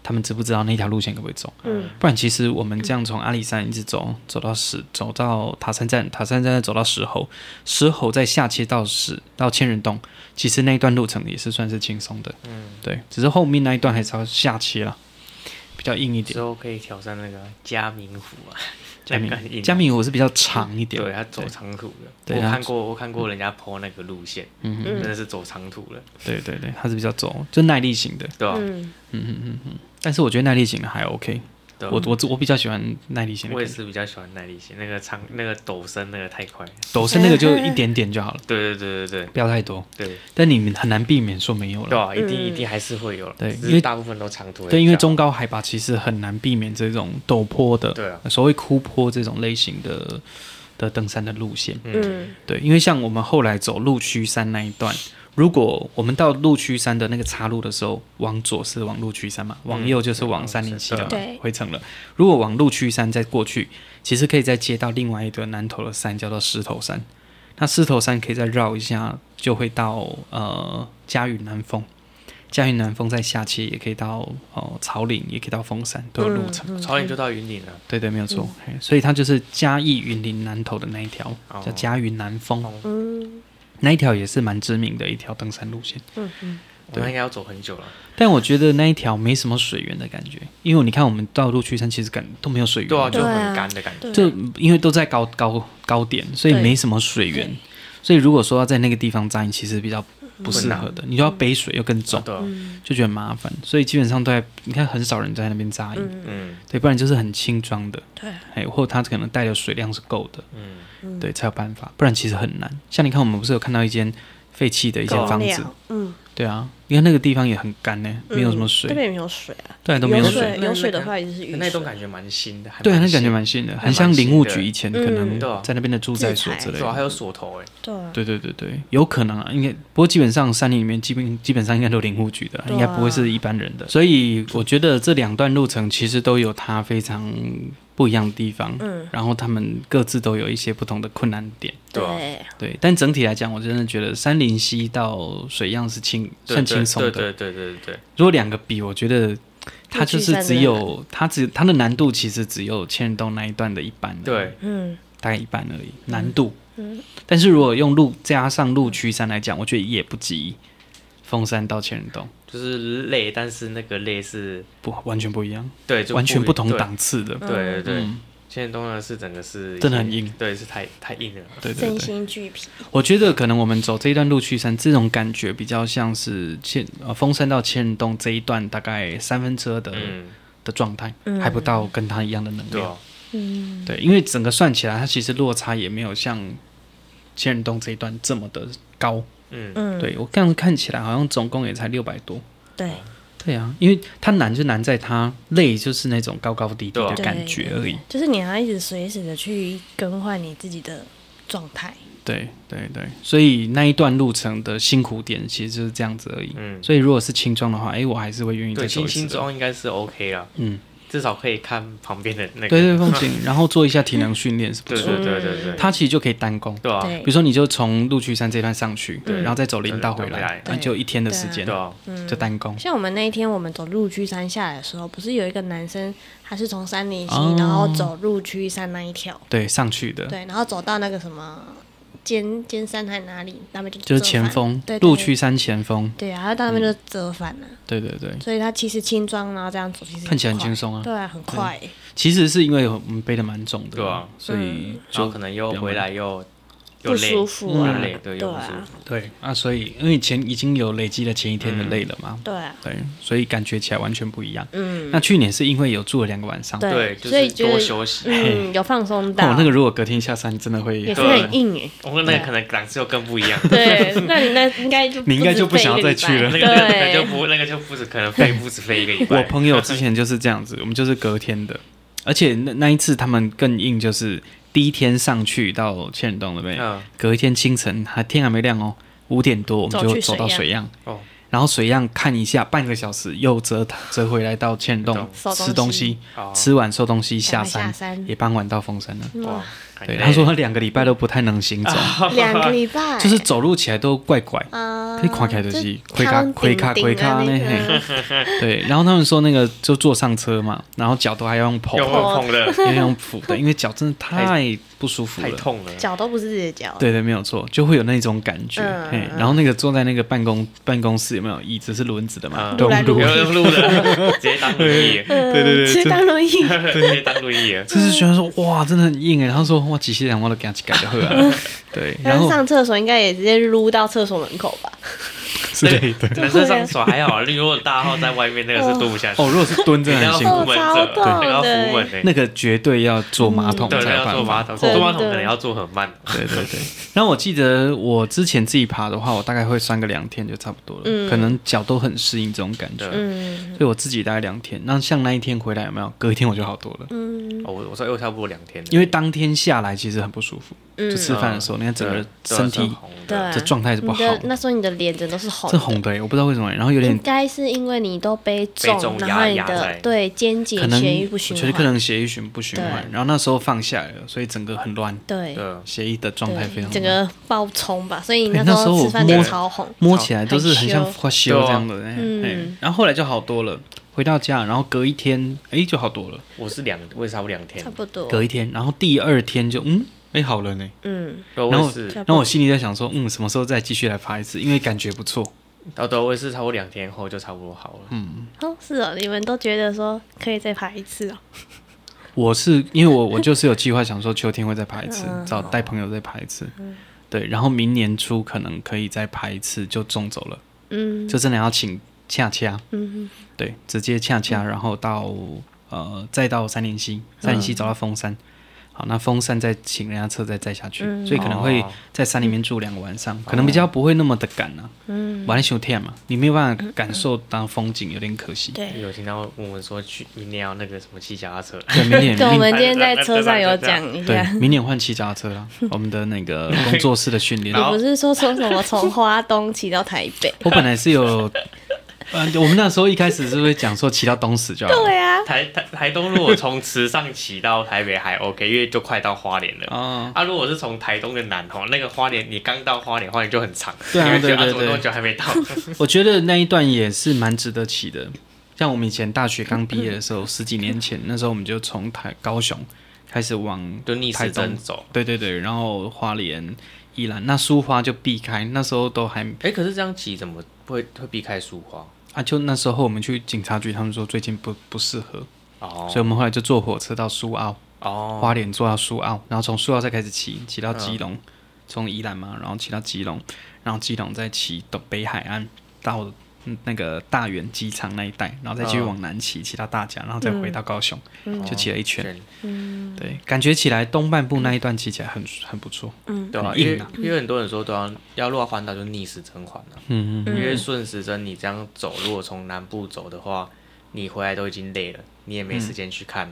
Speaker 1: 他们知不知道那条路线可不可以走？
Speaker 2: 嗯
Speaker 1: 不然其实我们这样从阿里山一直走走到石，走到塔山站，塔山站再走到石猴，石猴再下切到石到千人洞，其实那一段路程也是算是轻松的。嗯，对，只是后面那一段还是要下切了，比较硬一
Speaker 3: 之
Speaker 1: 点。
Speaker 3: 后可以挑战那个嘉明湖啊，
Speaker 1: 嘉
Speaker 3: 那个很硬啊
Speaker 1: 明，嘉明湖是比较长一点。
Speaker 3: 对他走长途的，
Speaker 1: 对
Speaker 3: 我
Speaker 1: 他
Speaker 3: 看过，我看过人家坡那个路线，
Speaker 1: 嗯
Speaker 2: 嗯
Speaker 3: 真的是走长途了，
Speaker 1: 对对对，它是比较走，就耐力型的。
Speaker 3: 对吧？
Speaker 2: 嗯，
Speaker 1: 嗯嗯嗯嗯，但是我觉得耐力型的还 OK，
Speaker 3: 对吧
Speaker 1: 我我我比较喜欢耐力型的
Speaker 3: 我
Speaker 1: 感
Speaker 3: 也
Speaker 1: 觉，
Speaker 3: 是比较喜欢耐力型，那个长那个陡升那个太快了，
Speaker 1: 陡升那个就一点点就好了，
Speaker 3: 对对对对
Speaker 1: 不要太多。
Speaker 3: 对对，
Speaker 1: 但你们很难避免说没有了
Speaker 3: 对。啊，一定
Speaker 2: 嗯
Speaker 3: 一定还是会有了，
Speaker 1: 对
Speaker 3: 只是
Speaker 1: 因为
Speaker 3: 大部分都长途而已，
Speaker 1: 对，因为
Speaker 3: 这样
Speaker 1: 中高海拔其实很难避免这种陡坡的，
Speaker 3: 对啊
Speaker 1: 所谓枯坡这种类型的的登山的路线。
Speaker 2: 嗯
Speaker 1: 对，因为像我们后来走陆区山那一段，如果我们到陆区山的那个岔路的时候，往左是往陆区山嘛，
Speaker 2: 嗯
Speaker 1: 往右就是往三零七的
Speaker 2: 对
Speaker 1: 回程了。如果往陆区山再过去，其实可以再接到另外一个南头的山，叫做狮头山。那狮头山可以再绕一下，就会到呃嘉峪南峰。嘉峪南峰再下切，也可以到哦草岭，也可以到峰山，都有路程。
Speaker 2: 嗯嗯
Speaker 3: 朝鲜就到云林了，
Speaker 1: 对对，没有错。
Speaker 2: 嗯
Speaker 1: 嘿所以它就是嘉义云林南头的那一条，
Speaker 3: 哦
Speaker 1: 叫嘉峪南峰。
Speaker 2: 嗯
Speaker 1: 那一条也是蛮知名的一条登山路线，
Speaker 2: 嗯嗯，
Speaker 3: 我们应该要走很久了，
Speaker 1: 但我觉得那一条没什么水源的感觉，因为你看我们到陆区山其实感都没有水源，
Speaker 3: 对啊，
Speaker 2: 对
Speaker 3: 就
Speaker 2: 啊
Speaker 3: 很干的感
Speaker 2: 对，
Speaker 3: 觉，
Speaker 1: 就因为都在高高高点，所以没什么水源
Speaker 2: 对，
Speaker 1: 所以如果说要在那个地方扎营，其实比较不适合的，你就要背水又更重，
Speaker 3: 对啊，
Speaker 2: 嗯
Speaker 1: 就觉得很麻烦，所以基本上都在你看很少人在那边扎营，
Speaker 2: 嗯
Speaker 3: 嗯
Speaker 1: 对，不然就是很轻装的，
Speaker 2: 对，
Speaker 1: 哎，或他可能带的水量是够的，
Speaker 3: 嗯，
Speaker 2: 嗯
Speaker 1: 对，才有办法，不然其实很难。像你看我们不是有看到一间废弃的一间
Speaker 3: 高
Speaker 1: 房子，
Speaker 2: 料，嗯嗯
Speaker 1: 对啊，因为那个地方也很干呢，没有什么
Speaker 2: 这
Speaker 1: 水，
Speaker 2: 边也没有水啊，
Speaker 1: 对，都没
Speaker 2: 有
Speaker 1: 有
Speaker 3: 水
Speaker 2: 有
Speaker 3: 那
Speaker 2: 水
Speaker 3: 那
Speaker 2: 的话也就是雨水。
Speaker 3: 那一栋感觉蛮新的，还
Speaker 1: 嗯对啊，
Speaker 3: 蛮
Speaker 1: 那感觉
Speaker 3: 新
Speaker 1: 蛮新的，
Speaker 3: 还
Speaker 1: 很
Speaker 3: 蛮
Speaker 1: 像林
Speaker 3: 新
Speaker 1: 务
Speaker 3: 的
Speaker 1: 局以前
Speaker 2: 嗯
Speaker 1: 可能
Speaker 3: 对啊
Speaker 1: 在那边的住宅所之类
Speaker 3: 对啊，还
Speaker 1: 的。
Speaker 3: 有锁头哎，
Speaker 2: 对啊，
Speaker 1: 对对对对，有可能啊，应该不过基本上山里面基本基本上应该都林务局的啊，
Speaker 2: 对啊
Speaker 1: 应该不会是一般人的。所以我觉得这两段路程其实都有它非常不一样的地方，
Speaker 2: 嗯，
Speaker 1: 然后他们各自都有一些不同的困难点。
Speaker 3: 对啊
Speaker 2: 对，
Speaker 1: 对，但整体来讲，我真的觉得山林溪到水漾是轻
Speaker 3: 对
Speaker 1: 算
Speaker 3: 对
Speaker 1: 轻松的。
Speaker 3: 对对对对对，
Speaker 1: 如果两个比，我觉得它就是
Speaker 2: 那巨山
Speaker 1: 只
Speaker 2: 真的
Speaker 1: 有它只它的难度其实只有千人洞那一段的一半，
Speaker 3: 对，
Speaker 2: 嗯，
Speaker 1: 大概一半而已难度。
Speaker 2: 嗯
Speaker 1: 但是如果用路加上路区山来讲，我觉得也不及峰山到千人洞，
Speaker 3: 就是累，但是那个累是，
Speaker 1: 不完全不一样，
Speaker 3: 对，就
Speaker 1: 完全
Speaker 3: 一
Speaker 1: 不同
Speaker 3: 对
Speaker 1: 档次的。
Speaker 3: 对对对，
Speaker 1: 嗯
Speaker 3: 千人洞呢是整个是
Speaker 1: 真的很硬，
Speaker 3: 对，是太太硬了。
Speaker 1: 对对
Speaker 2: 身
Speaker 1: 对，
Speaker 2: 心俱疲。
Speaker 1: 我觉得可能我们走这一段路区山，这种感觉比较像是千呃峰山到千人洞这一段大概三分之二的、
Speaker 3: 嗯，
Speaker 1: 的状态，
Speaker 2: 嗯
Speaker 1: 还不到跟它一样的能
Speaker 3: 对
Speaker 1: 量。
Speaker 3: 啊，
Speaker 2: 嗯，
Speaker 1: 对，因为整个算起来，它其实落差也没有像千人洞这一段这么的高。
Speaker 3: 嗯，
Speaker 2: 嗯，
Speaker 1: 对我这样看起来，好像总共也才六百多。
Speaker 2: 对，
Speaker 3: 嗯
Speaker 1: 对啊，因为它难就难在它累，就是那种高高低低
Speaker 3: 对啊
Speaker 1: 的感觉而已。
Speaker 2: 就是你要一直随时的去更换你自己的状态。
Speaker 1: 对对对，所以那一段路程的辛苦点其实就是这样子而已。
Speaker 3: 嗯
Speaker 1: 所以如果是轻装的话，哎，我还是会愿意再
Speaker 3: 对，
Speaker 1: 走一
Speaker 3: 轻
Speaker 1: 次
Speaker 3: 轻
Speaker 1: 的。
Speaker 3: 装应该是 OK 啦，
Speaker 1: 嗯，
Speaker 3: 至少可以看旁边的那个。
Speaker 1: 对对，风景，然后做一下体能训练是不
Speaker 3: 对
Speaker 1: 错
Speaker 3: 对
Speaker 1: 的。
Speaker 3: 对对对，
Speaker 1: 它其实就可以单攻。
Speaker 3: 对啊，
Speaker 1: 比
Speaker 2: 对
Speaker 1: 如，说，你就从陆区山这段上去，
Speaker 3: 对
Speaker 1: 然后再走林道回
Speaker 3: 对对回
Speaker 1: 来
Speaker 3: 来，
Speaker 1: 那就一天的时间
Speaker 3: 对，啊，
Speaker 1: 就单攻。
Speaker 2: 像我们那一天我们走陆区山下来的时候，不是有一个男生，他是从山林溪，
Speaker 1: 哦
Speaker 2: 然后走陆区山那一条，
Speaker 1: 对，上去的，
Speaker 2: 对，然后走到那个什么尖尖山还哪里，那边就
Speaker 1: 就是
Speaker 2: 折
Speaker 1: 前
Speaker 2: 返，
Speaker 1: 锋
Speaker 2: 对，对
Speaker 1: 陆区山前锋，
Speaker 2: 对啊，然后到那边就
Speaker 1: 嗯
Speaker 2: 折返了。
Speaker 1: 对对对，
Speaker 2: 所以他其实轻装，然后这样走，其实
Speaker 1: 看起来很
Speaker 2: 快
Speaker 1: 轻松啊。
Speaker 2: 对啊，很快欸。
Speaker 1: 其实是因为我们背的蛮重的，
Speaker 3: 对啊，
Speaker 1: 所以
Speaker 3: 然后
Speaker 1: 就
Speaker 3: 可能又回来又又
Speaker 2: 不
Speaker 3: 累
Speaker 2: 舒服
Speaker 3: 又
Speaker 2: 啊
Speaker 3: 累，对，又
Speaker 2: 对
Speaker 3: 不舒
Speaker 2: 啊
Speaker 3: 服。
Speaker 1: 对啊，所以因为前已经有累积了前一天的累了
Speaker 3: 嗯
Speaker 1: 嘛，
Speaker 2: 对啊，
Speaker 1: 对，所以感觉起来完全不一样。
Speaker 2: 嗯，
Speaker 1: 那去年是因为有住了两个晚上，哦，
Speaker 2: 对，
Speaker 3: 对，就
Speaker 2: 所以
Speaker 3: 是
Speaker 2: 觉
Speaker 3: 多
Speaker 2: 得
Speaker 3: 休息。
Speaker 2: 嗯有放松到，
Speaker 1: 那个嗯如果隔天下山真的会
Speaker 2: 也是
Speaker 3: 对
Speaker 2: 很 硬诶。
Speaker 3: 我们那个可能档次又更不一样，
Speaker 2: 对，那你那应该就
Speaker 1: 你应该就不想要再去了
Speaker 3: 那
Speaker 2: 对，
Speaker 3: 个那个就不那个就不止可能飞不止飞一个礼
Speaker 1: 我
Speaker 3: 拜。
Speaker 1: 朋友之前就是这样子，我们就是隔天的，而且那那一次他们更硬，就是第一天上去到千人洞那边，
Speaker 3: 嗯，
Speaker 1: 隔一天清晨还天还没亮哦，五点多我们
Speaker 2: 走
Speaker 1: 就
Speaker 2: 去
Speaker 1: 走到水
Speaker 2: 水
Speaker 1: 漾，
Speaker 3: 哦
Speaker 1: 然后水漾看一下半个小时，又折折回来到千人洞
Speaker 2: 收
Speaker 1: 吃
Speaker 2: 东
Speaker 1: 东西，
Speaker 3: 好，
Speaker 1: 吃完收东西下
Speaker 2: 赶快
Speaker 1: 山
Speaker 2: 下，山
Speaker 1: 也傍晚到峰山了。
Speaker 3: 哇
Speaker 2: 哇，，
Speaker 1: 对，
Speaker 3: 很
Speaker 1: 他说
Speaker 3: 累
Speaker 1: 他两个礼拜都不太能行走，
Speaker 3: 哎
Speaker 2: 两个礼拜
Speaker 1: 就是走路起来都怪怪。
Speaker 2: 啊，
Speaker 1: 你看起来就是
Speaker 2: 就
Speaker 1: 开卡开卡
Speaker 2: 啊
Speaker 1: 开卡呢， 嘿，对。然后他们说那个就坐上车嘛，然后脚都还要用捧，
Speaker 3: 又
Speaker 1: 要
Speaker 3: 碰碰了，
Speaker 1: 用蹼的，因为脚真的太不舒服
Speaker 3: 太
Speaker 1: 了。
Speaker 3: 痛了。
Speaker 2: 脚都不是自己的脚，
Speaker 1: 对对，没有错，就会有那种感觉。
Speaker 2: 嗯
Speaker 1: 嘿
Speaker 2: 嗯，嗯
Speaker 1: 然后那个坐在那个办公办公室有没有椅子是轮子的嘛？
Speaker 3: 嗯
Speaker 1: 对
Speaker 2: 撸来撸
Speaker 1: 我们
Speaker 3: 有录 了，直接当轮椅，
Speaker 2: 对
Speaker 1: 对对对
Speaker 2: 吃呃当容易，
Speaker 3: 直接当轮椅了。
Speaker 1: 就是觉得说哇，真的很硬哎。然后说哇，几些人我都给他去改 掉了。啊对， 然
Speaker 2: 但是
Speaker 1: 后
Speaker 2: 上厕所应该也直接撸到厕所门口吧？
Speaker 1: 之 类的。
Speaker 3: 男生上手还好，如果大号在外面那个是蹲不下去
Speaker 1: 哦，，如果是蹲真
Speaker 3: 你
Speaker 1: 的
Speaker 3: 要
Speaker 1: 很辛
Speaker 3: 扶
Speaker 1: 苦，
Speaker 3: 稳
Speaker 2: 哦
Speaker 3: 着，
Speaker 2: 超
Speaker 3: 那个
Speaker 2: 痛
Speaker 3: 要
Speaker 2: 的
Speaker 3: 扶稳的。
Speaker 1: 那个绝对要坐马桶才
Speaker 3: 对，
Speaker 1: 有
Speaker 3: 要坐
Speaker 1: 办法。
Speaker 3: 马桶，
Speaker 2: 真
Speaker 3: 坐
Speaker 2: 的
Speaker 3: 马桶可能要坐很慢。
Speaker 1: 对对对。然后我记得我之前自己爬的话，我大概会酸个两天就差不多了，
Speaker 2: 嗯
Speaker 1: 可能脚都很适应这种感觉。
Speaker 3: 对
Speaker 2: 嗯
Speaker 1: 所以我自己大概两天，那像那一天回来有没有？隔一天我就好多了，
Speaker 2: 嗯
Speaker 3: 哦我我说又差不多两天了，
Speaker 1: 因为当天下来其实很不舒服，
Speaker 2: 嗯
Speaker 1: 就吃饭的时候，你看整个
Speaker 3: 对
Speaker 1: 身
Speaker 3: 对
Speaker 1: 体
Speaker 3: 是红
Speaker 2: 对
Speaker 3: 的
Speaker 2: 啊
Speaker 1: 的状态是不
Speaker 2: 你
Speaker 1: 好，
Speaker 2: 的那时候你的脸整都是红
Speaker 1: 这
Speaker 2: 的，
Speaker 1: 红的欸，我不知道为什么欸，然后有
Speaker 2: 应
Speaker 1: 点
Speaker 2: 该是因为你都背
Speaker 3: 背重
Speaker 2: 然后你
Speaker 3: 压压在
Speaker 2: 的对肩
Speaker 1: 可
Speaker 2: 颈
Speaker 1: 能
Speaker 2: 血液
Speaker 1: 我
Speaker 2: 不循
Speaker 1: 觉
Speaker 2: 环，
Speaker 1: 得可能血液循不循环，
Speaker 2: 对
Speaker 1: 然后那时候放下来了，所以整个很乱，
Speaker 2: 对
Speaker 3: 对啊，
Speaker 1: 血液的状态非常
Speaker 2: 对整
Speaker 1: 乱
Speaker 2: 个爆冲吧，所以你
Speaker 1: 对
Speaker 2: 时
Speaker 1: 那时候
Speaker 2: 候
Speaker 1: 我
Speaker 2: 吃饭脸
Speaker 1: 摸
Speaker 2: 超红，
Speaker 1: 摸起来都是很像
Speaker 2: 很羞
Speaker 1: 花修这样的，哎、
Speaker 2: 嗯
Speaker 1: 哎然后后来就好多了。回到家，然后隔一天，哎，就好多了。
Speaker 3: 我是两，我也差不多两天
Speaker 2: 差，不多，
Speaker 1: 隔一天，然后第二天就嗯，哎，好了呢。
Speaker 2: 嗯，
Speaker 3: 对我
Speaker 1: 然后
Speaker 3: 也是，
Speaker 1: 然后我心里在想说，嗯，什么时候再继续来爬一次？因为感觉不错。
Speaker 3: 哦对，我也是差不多两天后就差不多好了。
Speaker 1: 嗯，
Speaker 2: 哦，是哦，你们都觉得说可以再爬一次哦，
Speaker 1: 我是因为我我就是有计划想说秋天会再爬一次，
Speaker 2: 嗯
Speaker 1: 找带朋友再爬一次。对，然后明年初可能可以再爬一次，就中走了，
Speaker 2: 嗯，
Speaker 1: 就真的要请恰恰。
Speaker 2: 嗯
Speaker 1: 对，
Speaker 2: 嗯
Speaker 1: 直接恰恰，然后到呃，再到三林溪，三林溪走到峰山，啊、好，那风扇再请人家车再载下去，
Speaker 2: 嗯哦
Speaker 1: 所以可能会
Speaker 3: 哦
Speaker 1: 在山里面住两个晚上，可能比较不会那么的赶啊。
Speaker 2: 嗯，
Speaker 1: 晚上休天嘛，你没有办法感受到风景，有点可惜。
Speaker 2: 嗯对。
Speaker 3: 有听到问我说去明年要那个什么骑脚踏车，
Speaker 1: 对，明年
Speaker 2: 对，我们
Speaker 1: 明
Speaker 2: 今天在车上有讲一
Speaker 1: 对
Speaker 2: 下，
Speaker 1: 明年换骑脚踏车 啦，我们的那个工作室的训练
Speaker 2: 你。不是说说什么从花东骑到台北？
Speaker 1: 我本来是有， 呃，我们那时候一开始是不是讲说骑到东石就好了？
Speaker 2: 对啊，
Speaker 3: 台台台东如果从池上骑到台北还 OK，因为就快到花莲了。
Speaker 1: 哦，
Speaker 3: 啊，如果是从台东的南吼，那个花莲，你刚到花莲，花莲就很长，
Speaker 1: 对啊
Speaker 3: 你会觉得
Speaker 1: 对对
Speaker 3: 怎么那么
Speaker 1: 对
Speaker 3: 久还没到？
Speaker 1: 我觉得那一段也是蛮值得骑的。像我们以前大学刚毕业的时候，十几年前，那时候我们就从台高雄开始往
Speaker 3: 就逆
Speaker 1: 台
Speaker 3: 时针
Speaker 1: 东，
Speaker 3: 走。
Speaker 1: 对对对，然后花莲、宜兰，那苏花就避开，那时候都还
Speaker 3: 哎，可是这样骑怎么会会避开树花？
Speaker 1: 啊，就那时候我们去警察局，他们说最近不不适合，
Speaker 3: 哦
Speaker 1: 所以我们后来就坐火车到苏澳，
Speaker 3: 哦，
Speaker 1: 花莲坐到苏澳，然后从苏澳再开始骑，骑到基
Speaker 3: 嗯
Speaker 1: 隆，从宜兰嘛，然后骑到基隆，然后基隆再骑东北海岸到嗯那个大园机场那一带，然后再继续
Speaker 3: 嗯
Speaker 1: 往南骑，骑到大甲，然后再回到高雄，就骑了一圈。
Speaker 3: 哦，
Speaker 1: 对，感觉起来东半部那一段骑起来很很不错。
Speaker 2: 嗯
Speaker 3: 对啊，
Speaker 1: 很
Speaker 3: 因
Speaker 1: 硬
Speaker 3: 为
Speaker 1: 啊
Speaker 3: 因为很多人说都要要落环岛就逆时针环啊，
Speaker 1: 嗯嗯，
Speaker 3: 因为顺时针你这样走，如果从南部走的话，你回来都已经累了，你也没时间去看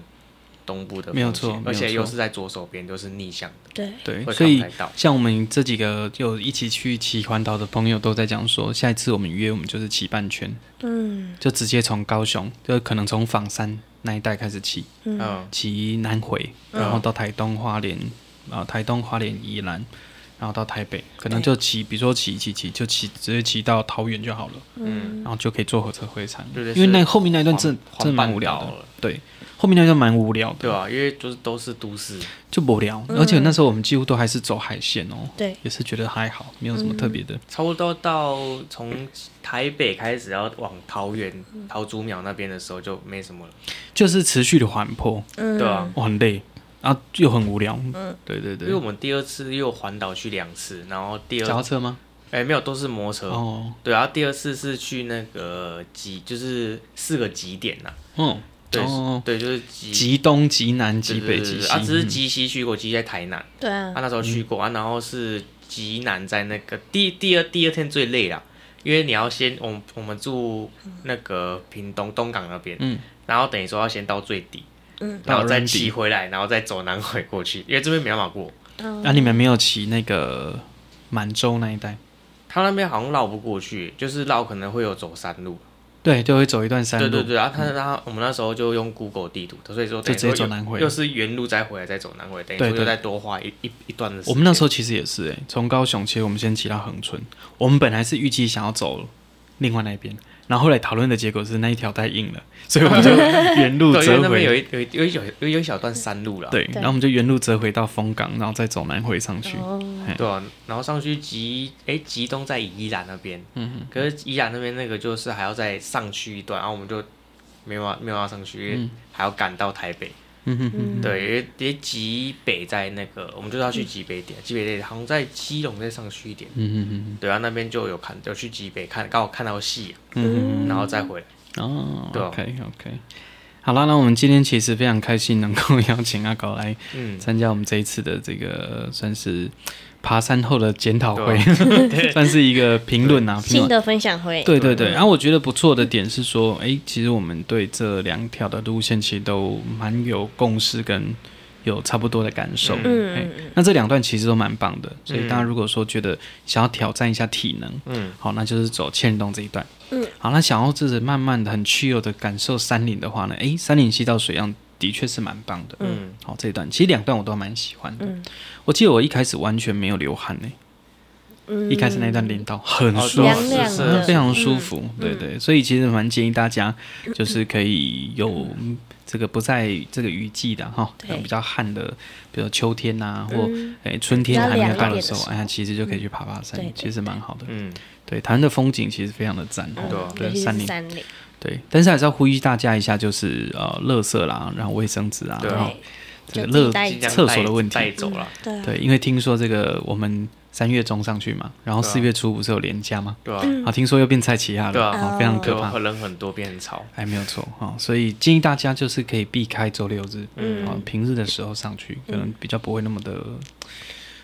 Speaker 3: 东部的风
Speaker 1: 没
Speaker 3: 景，
Speaker 1: 有错
Speaker 3: 而且
Speaker 1: 没有错
Speaker 3: 又是在左手边，都是逆向的，
Speaker 2: 对，
Speaker 1: 对，
Speaker 3: 会
Speaker 1: 所
Speaker 3: 看
Speaker 1: 以
Speaker 3: 不太到。
Speaker 1: 像我们这几个有一起去骑环岛的朋友都在讲说，下一次我们约我们就是骑半圈，
Speaker 2: 嗯
Speaker 1: 就直接从高雄，就可能从仿山那一带开始骑，
Speaker 2: 嗯
Speaker 3: 嗯，
Speaker 1: 骑南回，
Speaker 3: 嗯
Speaker 1: 然后到台东花莲，啊、台东花莲宜兰，然后到台北，可能
Speaker 2: 对
Speaker 1: 就骑，比如说骑骑骑，就骑直接骑到桃园就好了，
Speaker 2: 嗯
Speaker 1: 然后就可以坐火车回长
Speaker 3: 对
Speaker 1: 野，
Speaker 3: 对
Speaker 1: 因为那
Speaker 3: 是
Speaker 1: 后面那一段
Speaker 3: 环
Speaker 1: 真的
Speaker 3: 环
Speaker 1: 真的蛮
Speaker 3: 半
Speaker 1: 无聊
Speaker 3: 岛
Speaker 1: 的
Speaker 3: 了，
Speaker 1: 对，后面那一段蛮无聊
Speaker 3: 对
Speaker 1: 的，
Speaker 3: 啊，因为就是都是都市，
Speaker 1: 就无聊，而且那时候我们几乎都还是走海线哦，
Speaker 2: 对，
Speaker 1: 也是觉得还好，没有什么特别的。
Speaker 3: 差不多到从台北开始要往桃园、桃竹苗那边的时候就没什么了。
Speaker 1: 就是持续的环破，
Speaker 2: 嗯
Speaker 3: 对啊，
Speaker 1: 我很累，然后又很无聊。对对
Speaker 3: 因为
Speaker 1: 对
Speaker 3: 我。们第二次又环岛去两次，然后第
Speaker 1: 脚踏
Speaker 3: 二
Speaker 1: 车吗？
Speaker 3: 哎、没有都是摩托车，
Speaker 1: 哦，
Speaker 3: 对，然后第二次是去那个极，就是四个极点啊呐、
Speaker 1: 嗯，
Speaker 3: 对、
Speaker 1: 哦，
Speaker 3: 对，就是极
Speaker 1: 极东、极南、极
Speaker 3: 对
Speaker 1: 北、
Speaker 3: 对
Speaker 1: 极
Speaker 3: 对
Speaker 1: 西。嗯
Speaker 3: 啊，只是极西去过，极西在台南，
Speaker 2: 对
Speaker 3: 他、
Speaker 2: 啊，
Speaker 3: 那时候去过、啊，然后是极南在那个第第二第二天最累啦，因为你要先我们我们住那个屏东东港那边，
Speaker 1: 嗯
Speaker 3: 然后等于说要先到最底，
Speaker 2: 嗯，
Speaker 3: 然后
Speaker 1: 到
Speaker 3: 再
Speaker 1: 人底
Speaker 3: 骑回来，然后再走南回过去，因为这边没办法过，
Speaker 1: 嗯
Speaker 2: 嗯
Speaker 1: 啊，你们没有骑那个满洲那一带？
Speaker 3: 他那边好像绕不过去，就是绕可能会有走山路，
Speaker 1: 对，就会走一段山
Speaker 3: 对
Speaker 1: 路。嗯
Speaker 3: 对对，然后他他我们那时候就用 Google 地图，所以说
Speaker 1: 就
Speaker 3: 等于
Speaker 1: 直接
Speaker 3: 说
Speaker 1: 走
Speaker 3: 又
Speaker 1: 南回
Speaker 3: 又是原路再回来再走南回，等于
Speaker 1: 对
Speaker 3: 说
Speaker 1: 对
Speaker 3: 又再多花一一一段的时间。
Speaker 1: 我们那时候其实也是哎、从高雄，其实我们先骑到恒春，我们本来是预计想要走另外那边，然后后来讨论的结果是那一条太硬了，所以我们 就原路
Speaker 3: 对，因为
Speaker 1: 折
Speaker 3: 那边
Speaker 1: 回
Speaker 3: 有一有一有一小有一有一小段山路了，
Speaker 1: 对，
Speaker 2: 对
Speaker 1: 然后我们就原路折回到丰港，然后再走南回上去。
Speaker 2: 哦，
Speaker 1: 嘿
Speaker 3: 对啊，然后上去吉哎吉东在宜兰那边，
Speaker 1: 嗯
Speaker 3: 可是宜兰那边那个就是还要再上去一段，然后我们就没有办法没有办法上去，因为还要赶到台北。
Speaker 1: 嗯哼哼，
Speaker 2: 嗯
Speaker 3: 对，因为因为极北在那个我们就是要去极北点，极北点好像在基隆再上去一点，
Speaker 1: 嗯哼哼
Speaker 3: 对啊，那边就有看有去极北看，刚好看到戏，啊
Speaker 1: 嗯
Speaker 3: 然后再回来。
Speaker 1: 哼，哦
Speaker 3: 对啊
Speaker 1: ，OK OK，好啦，那我们今天其实非常开心能够邀请阿高来
Speaker 3: 嗯，
Speaker 1: 参加我们这一次的这个算是爬山后的检讨会
Speaker 3: 对，
Speaker 1: 算是一个评论啊，评
Speaker 2: 新
Speaker 1: 论。
Speaker 2: 的分享会，
Speaker 1: 对啊对对，然后、我觉得不错的点是说，诶，其实我们对这两条的路线其实都蛮有共识跟有差不多的感受。
Speaker 2: 嗯
Speaker 1: 嘿
Speaker 2: 嗯嗯
Speaker 1: 那这两段其实都蛮棒的，所以
Speaker 3: 嗯
Speaker 1: 大家如果说觉得想要挑战一下体能，
Speaker 3: 嗯，
Speaker 1: 好，那就是走千人洞这一段。
Speaker 2: 嗯，
Speaker 1: 好，那想要就是慢慢的很 chill 的感受山林的话呢，诶，山林溪到水样的确是蛮棒的。
Speaker 3: 嗯，
Speaker 1: 好，这一段其实两段我都蛮喜欢的。
Speaker 2: 嗯
Speaker 1: 我记得我一开始完全没有流汗呢、
Speaker 2: 嗯
Speaker 1: 一开始那一段林道很
Speaker 3: 哦
Speaker 1: 舒服，
Speaker 2: 凉凉
Speaker 1: 是
Speaker 2: 的嗯
Speaker 1: 非常舒服。对对，所以其实蛮建议大家就是可以有这个不在这个雨季的哈，
Speaker 2: 对
Speaker 1: 可能比较旱的，比如秋天呐、或
Speaker 2: 嗯
Speaker 1: 诶、春天还没有到的时
Speaker 2: 比较凉一点
Speaker 1: 候，
Speaker 2: 的时候
Speaker 1: 哎呀，其实就可以去爬爬山
Speaker 2: 对对，
Speaker 1: 其实蛮好的。
Speaker 3: 嗯，
Speaker 1: 对，台湾的风景其实非常的赞
Speaker 2: 嗯
Speaker 3: 对啊
Speaker 1: 哦，
Speaker 2: 尤
Speaker 1: 对
Speaker 2: 其是
Speaker 1: 山林
Speaker 2: 山林，
Speaker 1: 对，但是还是要呼吁大家一下，就是呃，垃圾啦，然后卫生纸啊，
Speaker 3: 对啊
Speaker 1: 然后这个
Speaker 2: 就自己
Speaker 1: 垃
Speaker 2: 带
Speaker 3: 尽量
Speaker 1: 厕所
Speaker 3: 带
Speaker 1: 的问题
Speaker 3: 带走了。
Speaker 2: 对啊
Speaker 1: 对，因为听说这个我们三月中上去嘛，然后
Speaker 3: 对啊
Speaker 1: 四月初不是有连假吗？
Speaker 3: 对啊，
Speaker 2: 嗯
Speaker 1: 啊，听说又变蔡奇亚了，
Speaker 3: 对啊
Speaker 1: 哦非常可
Speaker 3: 就
Speaker 1: 怕。
Speaker 3: 人很多变很吵。
Speaker 1: 哎，没有错哦，所以建议大家就是可以避开周六日，
Speaker 2: 嗯
Speaker 1: 哦，平日的时候上去，可能比较不会那么的、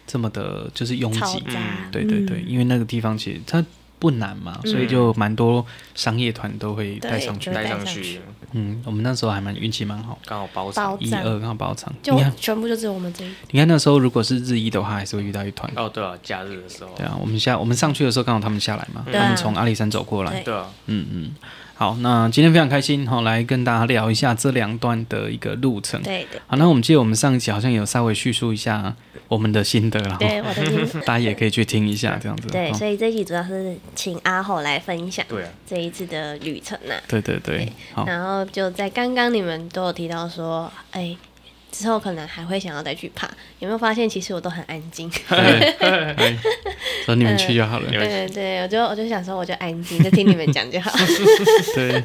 Speaker 1: 这么的，就是拥
Speaker 2: 吵
Speaker 1: 挤。
Speaker 2: 架，
Speaker 1: 对对对，
Speaker 2: 嗯
Speaker 1: 因为那个地方其实它不难嘛，所以就蛮多商业团都会带上去
Speaker 2: 对。
Speaker 3: 带
Speaker 2: 带上
Speaker 3: 上
Speaker 2: 去
Speaker 3: 去，
Speaker 1: 嗯，我们那时候还蛮运气蛮好，
Speaker 3: 刚好包
Speaker 2: 包
Speaker 3: 场。
Speaker 1: 一
Speaker 2: 赞
Speaker 1: 二刚好包场。你
Speaker 2: 就
Speaker 1: 看，
Speaker 2: 全部就只有我们这一
Speaker 1: 你看那时候如果是日一的话，还是会遇到一团。
Speaker 3: 哦，对啊，假日的时候，
Speaker 1: 对啊，我们下我们上去的时候刚好他们下来嘛，
Speaker 2: 对啊
Speaker 1: 他们从阿里山走过来。
Speaker 2: 对
Speaker 3: 对啊，
Speaker 1: 嗯嗯，好，那今天非常开心哈、哦，来跟大家聊一下这两段的一个路程。
Speaker 2: 对对
Speaker 1: 好，那我们记得我们上一期好像有稍微叙述一下我们的心得啦，
Speaker 2: 对，我的 意思
Speaker 1: 大家也可以去听一下这样子。
Speaker 2: 对，
Speaker 1: 哦
Speaker 2: 所以这一集主要是请阿吼来分享
Speaker 3: 对啊，
Speaker 2: 这一次的旅程呐、
Speaker 1: 对对对，好，
Speaker 2: 然后就在刚刚你们都有提到说，哎，之后可能还会想要再去爬，有没有发现其实我都很安静？
Speaker 1: 对，对说你们去就好了。
Speaker 3: 嗯
Speaker 2: 对对对，我就我就想说，我就安静，就听你们讲就好。
Speaker 1: 对，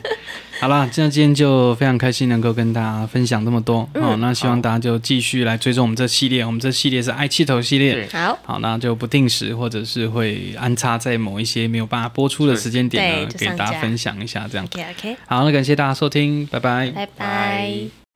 Speaker 1: 好啦，这样今天就非常开心能够跟大家分享这么多。好，那希望大家就继续来追踪我们这系列，我们这系列是爱气头系列。
Speaker 3: 对
Speaker 2: 好，
Speaker 1: 好，那就不定时或者是会安插在某一些没有办法播出的时间点呢，
Speaker 2: 对就
Speaker 1: 给
Speaker 2: 上
Speaker 1: 大家
Speaker 2: 架
Speaker 1: 分享一下这样。
Speaker 2: OK OK，
Speaker 1: 好，那感谢大家收听，拜拜
Speaker 2: 拜拜。
Speaker 3: 拜